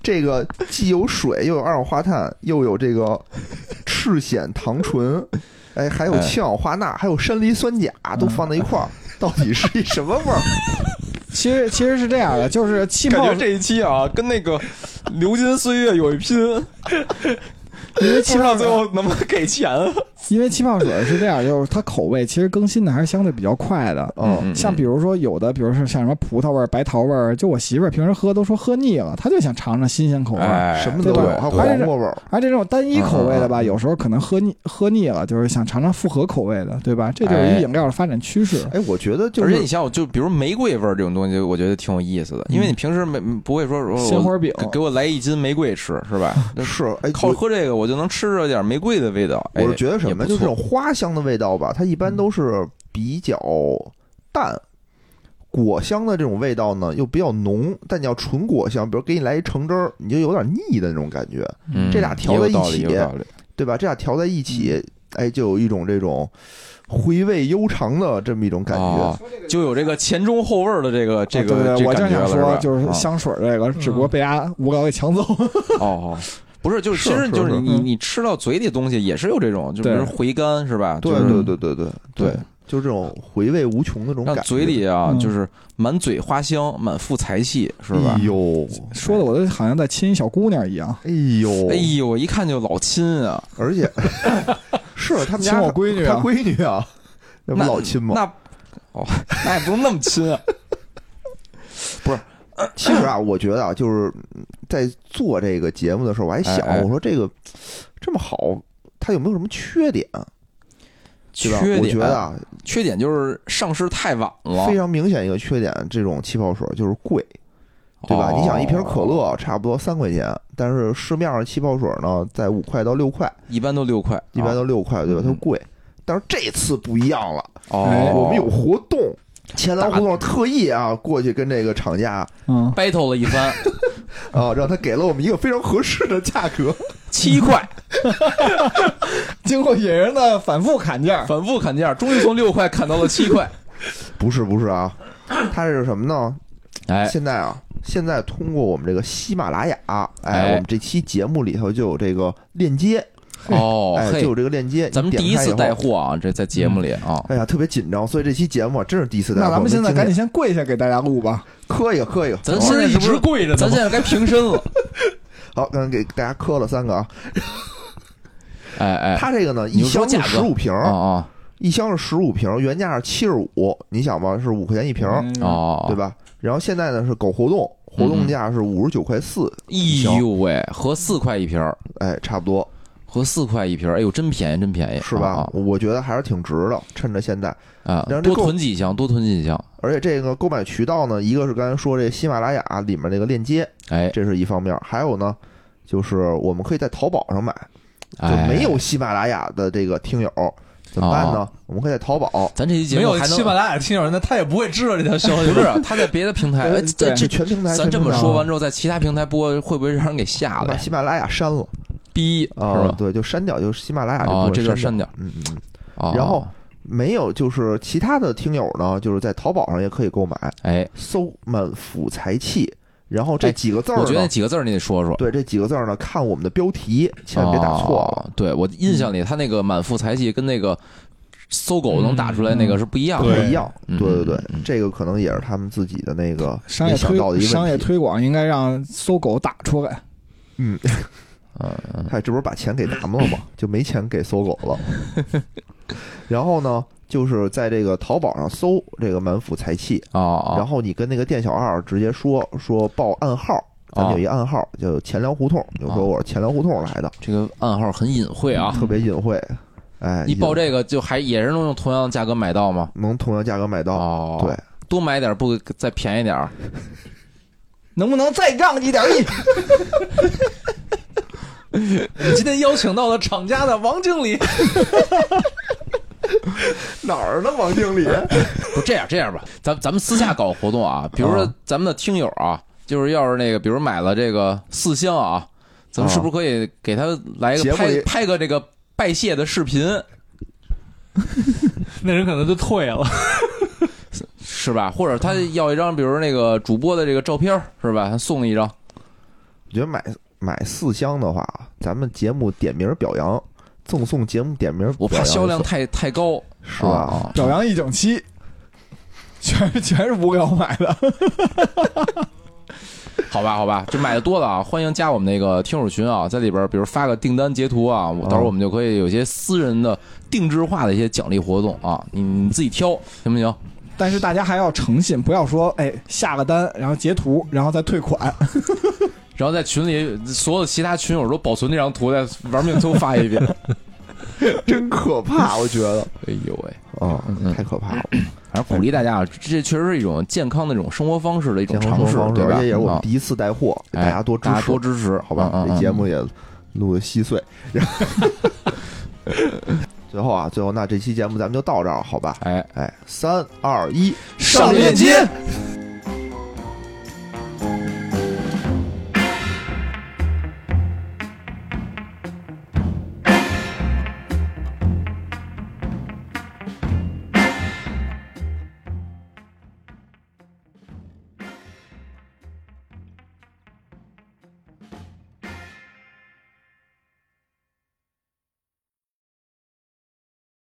Speaker 1: 这个既有水，又有二氧化碳，又有这个赤藓糖醇，哎，还有氢氧化钠，还有山梨酸钾都放在一块儿，
Speaker 2: 哎
Speaker 1: 到底是一什么味儿？
Speaker 3: 其实其实是这样的，就是气
Speaker 2: 感
Speaker 3: 泡
Speaker 2: 觉，这一期啊，跟那个《流金岁月》有
Speaker 1: [laughs]
Speaker 2: 一拼，
Speaker 3: 因为
Speaker 2: 不
Speaker 3: 气
Speaker 2: 知
Speaker 3: 泡
Speaker 2: 道
Speaker 3: 水
Speaker 2: 最后能不能
Speaker 1: [laughs]
Speaker 2: 给钱。
Speaker 3: 因为气泡水是这样，就是它口味其实更新的还是相对比较快的。
Speaker 2: 哦
Speaker 1: 嗯，
Speaker 3: 像比如说有的，比如说像什么葡萄味儿、白桃味儿，就我媳妇儿平时喝都说喝腻了，她就想尝尝新鲜口味
Speaker 2: [laughs]
Speaker 3: 儿。
Speaker 2: 哎，
Speaker 1: 什么都
Speaker 3: 对
Speaker 1: 有，
Speaker 3: 吧
Speaker 1: 还有
Speaker 3: 还是
Speaker 1: 黄瓜味儿。
Speaker 3: 而这种单一口味的吧，
Speaker 2: 嗯嗯嗯
Speaker 3: 有时候可能喝腻喝腻了，就是想尝尝复合口味的，对吧？这就是
Speaker 2: 哎
Speaker 3: 一饮料的发展趋势。
Speaker 1: 哎，我觉得就
Speaker 2: 而且你
Speaker 1: 是
Speaker 2: 像我，就比如玫瑰味儿这种东西，我觉得挺有意思的，
Speaker 1: 嗯
Speaker 2: 因为你平时没不会说我
Speaker 3: 鲜花饼
Speaker 2: 给给我来一斤玫瑰吃，是吧？那
Speaker 1: 是哎，
Speaker 2: 靠
Speaker 1: 我
Speaker 2: 喝这个，我就能吃着点玫瑰的味道。哎
Speaker 1: 我是觉得什
Speaker 2: 也
Speaker 1: 么，
Speaker 2: 不
Speaker 1: 就是这
Speaker 2: 错
Speaker 1: 种
Speaker 2: 嗯
Speaker 1: 花香的味道吧，它一般都是比较淡。果香的这种味道呢，又比较浓，但你要纯果香，比如给你来一橙汁儿，你就有点腻的那种感觉，
Speaker 2: 嗯
Speaker 1: 这俩调在一起
Speaker 2: 也有道理，
Speaker 1: 对吧？这俩调在一起，
Speaker 2: 嗯
Speaker 1: 哎，就有一种这种回味悠长的这么一种感觉。
Speaker 2: 哦就有这个前中后味儿的这个这
Speaker 3: 啊
Speaker 2: 个
Speaker 3: 对对
Speaker 2: 这
Speaker 3: 对，我
Speaker 2: 感
Speaker 3: 正
Speaker 2: 觉
Speaker 3: 想
Speaker 2: 了，
Speaker 3: 说，就是
Speaker 2: 吧
Speaker 3: 香水这个，只不过被家吴老给抢走。
Speaker 2: 啊哦。哦不是，就
Speaker 1: 是
Speaker 2: 是其实就是
Speaker 1: 是
Speaker 2: 你
Speaker 3: 嗯
Speaker 2: 你吃到嘴里的东西也是有这种，就比
Speaker 3: 对
Speaker 2: 如回甘是吧？
Speaker 1: 对
Speaker 2: 就是
Speaker 1: 对对对对
Speaker 2: 对，
Speaker 1: 就是这种回味无穷的这种
Speaker 2: 让
Speaker 1: 感觉。
Speaker 2: 嘴里啊
Speaker 3: 嗯
Speaker 2: 就是满嘴花香，满腹才气是吧
Speaker 1: 哎？呦，
Speaker 3: 说的我都好像在亲一小姑娘一样。
Speaker 1: 哎呦，
Speaker 2: 哎呦，一看就老亲啊，
Speaker 1: 而且 [laughs] 是他们
Speaker 3: 亲
Speaker 1: 家
Speaker 3: 我闺女啊
Speaker 1: 他闺女啊，那不
Speaker 2: 那
Speaker 1: 老亲吗？
Speaker 2: 那哦，那也不能那么亲啊。 [laughs]
Speaker 1: 其实啊，我觉得啊，就是在做这个节目的时候，我还想，
Speaker 2: 哎哎
Speaker 1: 我说这个这么好，它有没有什么缺点？对
Speaker 2: 缺
Speaker 1: 吧？
Speaker 2: 点，
Speaker 1: 我觉得啊，
Speaker 2: 缺点就是上市太晚了，
Speaker 1: 非常明显一个缺点，这种气泡水就是贵，对吧？
Speaker 2: 哦
Speaker 1: 你想一瓶可乐差不多三块钱，但是市面上气泡水呢，在五块到六块，
Speaker 2: 一般都六块，
Speaker 1: 一般
Speaker 2: 啊
Speaker 1: 都六块，对吧？它
Speaker 2: 哦嗯
Speaker 1: 贵。但是这次不一样了，
Speaker 2: 哦，
Speaker 1: 哎我们有活动，前来活动特意啊过去跟这个厂家
Speaker 3: 嗯，
Speaker 2: battle 了一番，
Speaker 1: 啊，让他给了我们一个非常合适的价格。
Speaker 2: 七块
Speaker 3: 经过野人的反复砍价，
Speaker 2: 反复砍价，终于从六块砍到了七块。
Speaker 1: 不是不是啊，它是什么呢？
Speaker 2: 哎，
Speaker 1: 现在啊，现在通过我们这个喜马拉雅，
Speaker 2: 哎
Speaker 1: 哎，我们这期节目里头就有这个链接，
Speaker 2: 哦，
Speaker 1: 哎，就
Speaker 2: 嘿
Speaker 1: 有，这个链接。
Speaker 2: 咱们
Speaker 1: 你点
Speaker 2: 第一
Speaker 1: 开以
Speaker 2: 次
Speaker 1: 后
Speaker 2: 带，货啊，这在节目里啊，
Speaker 1: 哎呀，特别紧张，所以这期节目啊真是第一次带货。
Speaker 3: 那咱们现
Speaker 1: 没
Speaker 3: 在
Speaker 1: 经
Speaker 3: 赶
Speaker 1: 验
Speaker 3: 紧先跪下给大家录吧。
Speaker 1: 磕一个磕一个，
Speaker 2: 咱
Speaker 1: 好
Speaker 2: 现在
Speaker 4: 一
Speaker 2: 哦是不
Speaker 4: 直
Speaker 2: 是
Speaker 4: 跪
Speaker 1: 嗯
Speaker 4: 着呢
Speaker 2: 咱现
Speaker 4: 吗，
Speaker 2: 在该平
Speaker 1: [laughs]
Speaker 2: 身了。
Speaker 1: 好，刚才给大家磕了三个啊。
Speaker 2: 哎哎，
Speaker 1: 它这个呢，
Speaker 2: 你
Speaker 1: 一
Speaker 2: 就说
Speaker 1: 箱是
Speaker 2: 价
Speaker 1: 十
Speaker 2: 格
Speaker 1: 五瓶
Speaker 2: 哦，哦
Speaker 1: 一箱是十五瓶，原价是七十五，你想吧，是五块钱一瓶，
Speaker 2: 哦，哦
Speaker 1: 嗯
Speaker 2: 嗯
Speaker 1: 对？吧？然后现在呢是搞活动，活动价是五十九块四，
Speaker 2: 哎呦喂，合四块一瓶儿，
Speaker 1: 哎，差不多。
Speaker 2: 合四块一瓶儿，哎呦，真便宜，真便宜，
Speaker 1: 是吧
Speaker 2: 啊？
Speaker 1: 我觉得还是挺值的，趁着现在。
Speaker 2: 啊，啊
Speaker 1: 然后这
Speaker 2: 多
Speaker 1: 购
Speaker 2: 囤几箱，多囤几箱。
Speaker 1: 而且这个购买渠道呢，一个是刚才说这喜马拉雅里面那个链接，
Speaker 2: 哎，
Speaker 1: 这是一方面；还有呢，就是我们可以在淘宝上买，就
Speaker 2: 哎哦
Speaker 1: 没有喜马拉雅的这个听友怎么办呢？我们可以在淘宝，
Speaker 2: 咱这期节
Speaker 4: 没
Speaker 2: 目
Speaker 4: 有
Speaker 2: 还能 [laughs]
Speaker 4: 喜马拉雅听友，那他也不会知道这条消息。
Speaker 2: 不是，他在别的平
Speaker 1: [laughs]
Speaker 2: 台，哎，这
Speaker 3: 对
Speaker 2: 这
Speaker 1: 全平台。啊
Speaker 2: 咱这么
Speaker 1: 全平台
Speaker 2: 说完之后，在其他平台播，会不会让人给
Speaker 1: 我
Speaker 2: 吓了
Speaker 1: 把 [laughs]
Speaker 2: 呀？
Speaker 1: 喜马拉雅删了
Speaker 2: 逼是
Speaker 1: 啊
Speaker 2: 吧，？
Speaker 1: 对，就删掉，就是喜马拉雅
Speaker 2: 哦
Speaker 1: 部
Speaker 2: 这
Speaker 1: 分
Speaker 2: 段
Speaker 1: 删
Speaker 2: 删掉。
Speaker 1: 嗯嗯，嗯
Speaker 2: 哦
Speaker 1: 然后没有，就是其他的听友呢，就是在淘宝上也可以购买，
Speaker 2: 哎，
Speaker 1: 搜“满腹才气”，然后这
Speaker 2: 哎
Speaker 1: 几个字儿
Speaker 2: 我
Speaker 1: 呢，
Speaker 2: 觉得那几个字儿你得说说，
Speaker 1: 对这几个字儿呢，看我们的标题，千万别打错啊嗯了。
Speaker 2: 哦对我印象里，他那个满腹才气跟那个搜狗能打出来
Speaker 1: 嗯
Speaker 2: 那个是不一样
Speaker 1: 不
Speaker 2: 的。
Speaker 1: 太
Speaker 4: 对
Speaker 1: 一样，
Speaker 2: 嗯
Speaker 1: 对对对
Speaker 2: 嗯嗯，
Speaker 1: 这个可能也是他们自己的那个
Speaker 3: 嗯商
Speaker 1: 没
Speaker 3: 业
Speaker 1: 想到的
Speaker 3: 推
Speaker 1: 一个
Speaker 3: 商业
Speaker 1: 问题。
Speaker 3: 推广应该让搜狗打出来。
Speaker 1: 嗯，
Speaker 2: 嗯嗯
Speaker 1: 哎，这不是把钱给咱们了吗？就没钱给搜狗了。然后呢，就是在这个淘宝上搜这个满腹才气，
Speaker 2: 哦
Speaker 1: 然
Speaker 2: 哦
Speaker 1: 后你跟那个店小二直接说说报暗号，咱们有一
Speaker 2: 啊
Speaker 1: 暗号叫钱粮胡同，就说我是钱粮胡同来的，
Speaker 2: 这个暗号很隐晦啊，
Speaker 1: 特别隐晦。哎，
Speaker 2: 一报
Speaker 1: 也
Speaker 2: 这个就还也是能用同样的价格买到吗？
Speaker 1: 能同样价格买到，
Speaker 2: 哦，
Speaker 1: 对，，
Speaker 2: 多买点儿不再便宜点儿？啊
Speaker 3: 能不能再让一点
Speaker 1: [laughs]
Speaker 3: 意？
Speaker 4: 我们今天邀请到了厂家的王经
Speaker 2: [laughs]
Speaker 4: 理，
Speaker 1: 哪儿呢，王经理？
Speaker 2: 不这样这样吧，咱咱们私下搞活动啊，比如说
Speaker 1: 啊
Speaker 2: 咱们的听友啊，就是要是那个，比如买了这个四箱啊，咱们是不是可以给他来一
Speaker 1: 节
Speaker 2: 个
Speaker 1: 目
Speaker 2: 拍
Speaker 1: 里
Speaker 2: 拍个这个拜谢的视频，
Speaker 4: 那人可能就退了。
Speaker 2: 是吧？或者他要一张，比如那个主播的这个照片儿，是吧？他送一张，
Speaker 1: 啊我觉得买买四箱的话，咱们节目点名表扬，赠送节目点名，
Speaker 2: 我怕销量太太高，
Speaker 1: 是吧？
Speaker 2: 啊
Speaker 3: 表扬一整期，全全是吴淼买的。
Speaker 2: 好吧，好吧，就买的多
Speaker 1: [laughs]
Speaker 2: 了啊，欢迎加我们那个听友群啊，在里边儿比如发个订单截图啊，
Speaker 1: 哦
Speaker 2: 我到时候我们就可以有一些私人的定制化的一些奖励活动啊，你你自己挑行不行？
Speaker 3: 但是大家还要诚信，不要说哎下个单，然后截图，然后再退款。
Speaker 2: 然后在群里，所有其他群友都保存这张图，再玩命都发
Speaker 1: [laughs]
Speaker 2: 一遍。
Speaker 1: 真可怕，我觉
Speaker 2: [laughs]
Speaker 1: 得
Speaker 2: 哎呦喂，
Speaker 1: 啊
Speaker 2: 嗯，
Speaker 1: 太可怕了，
Speaker 2: 反正鼓励大家啊，这确实是一种健康的这种生活方式的一种
Speaker 1: 健康
Speaker 2: 尝试
Speaker 1: 生活方，式
Speaker 2: 对
Speaker 1: 而
Speaker 2: 吧？
Speaker 1: 且也是我们
Speaker 2: 啊
Speaker 1: 第一次带货，
Speaker 2: 哎
Speaker 1: 大家多支
Speaker 2: 大家
Speaker 1: 持，
Speaker 2: 多支持，
Speaker 1: 好吧
Speaker 2: 嗯？
Speaker 1: 这节目也录的稀碎。 [laughs] 然后最后啊，最后那这期节目咱们就到这儿，好吧？
Speaker 2: 哎，
Speaker 1: 哎，三二一，
Speaker 3: 上链接。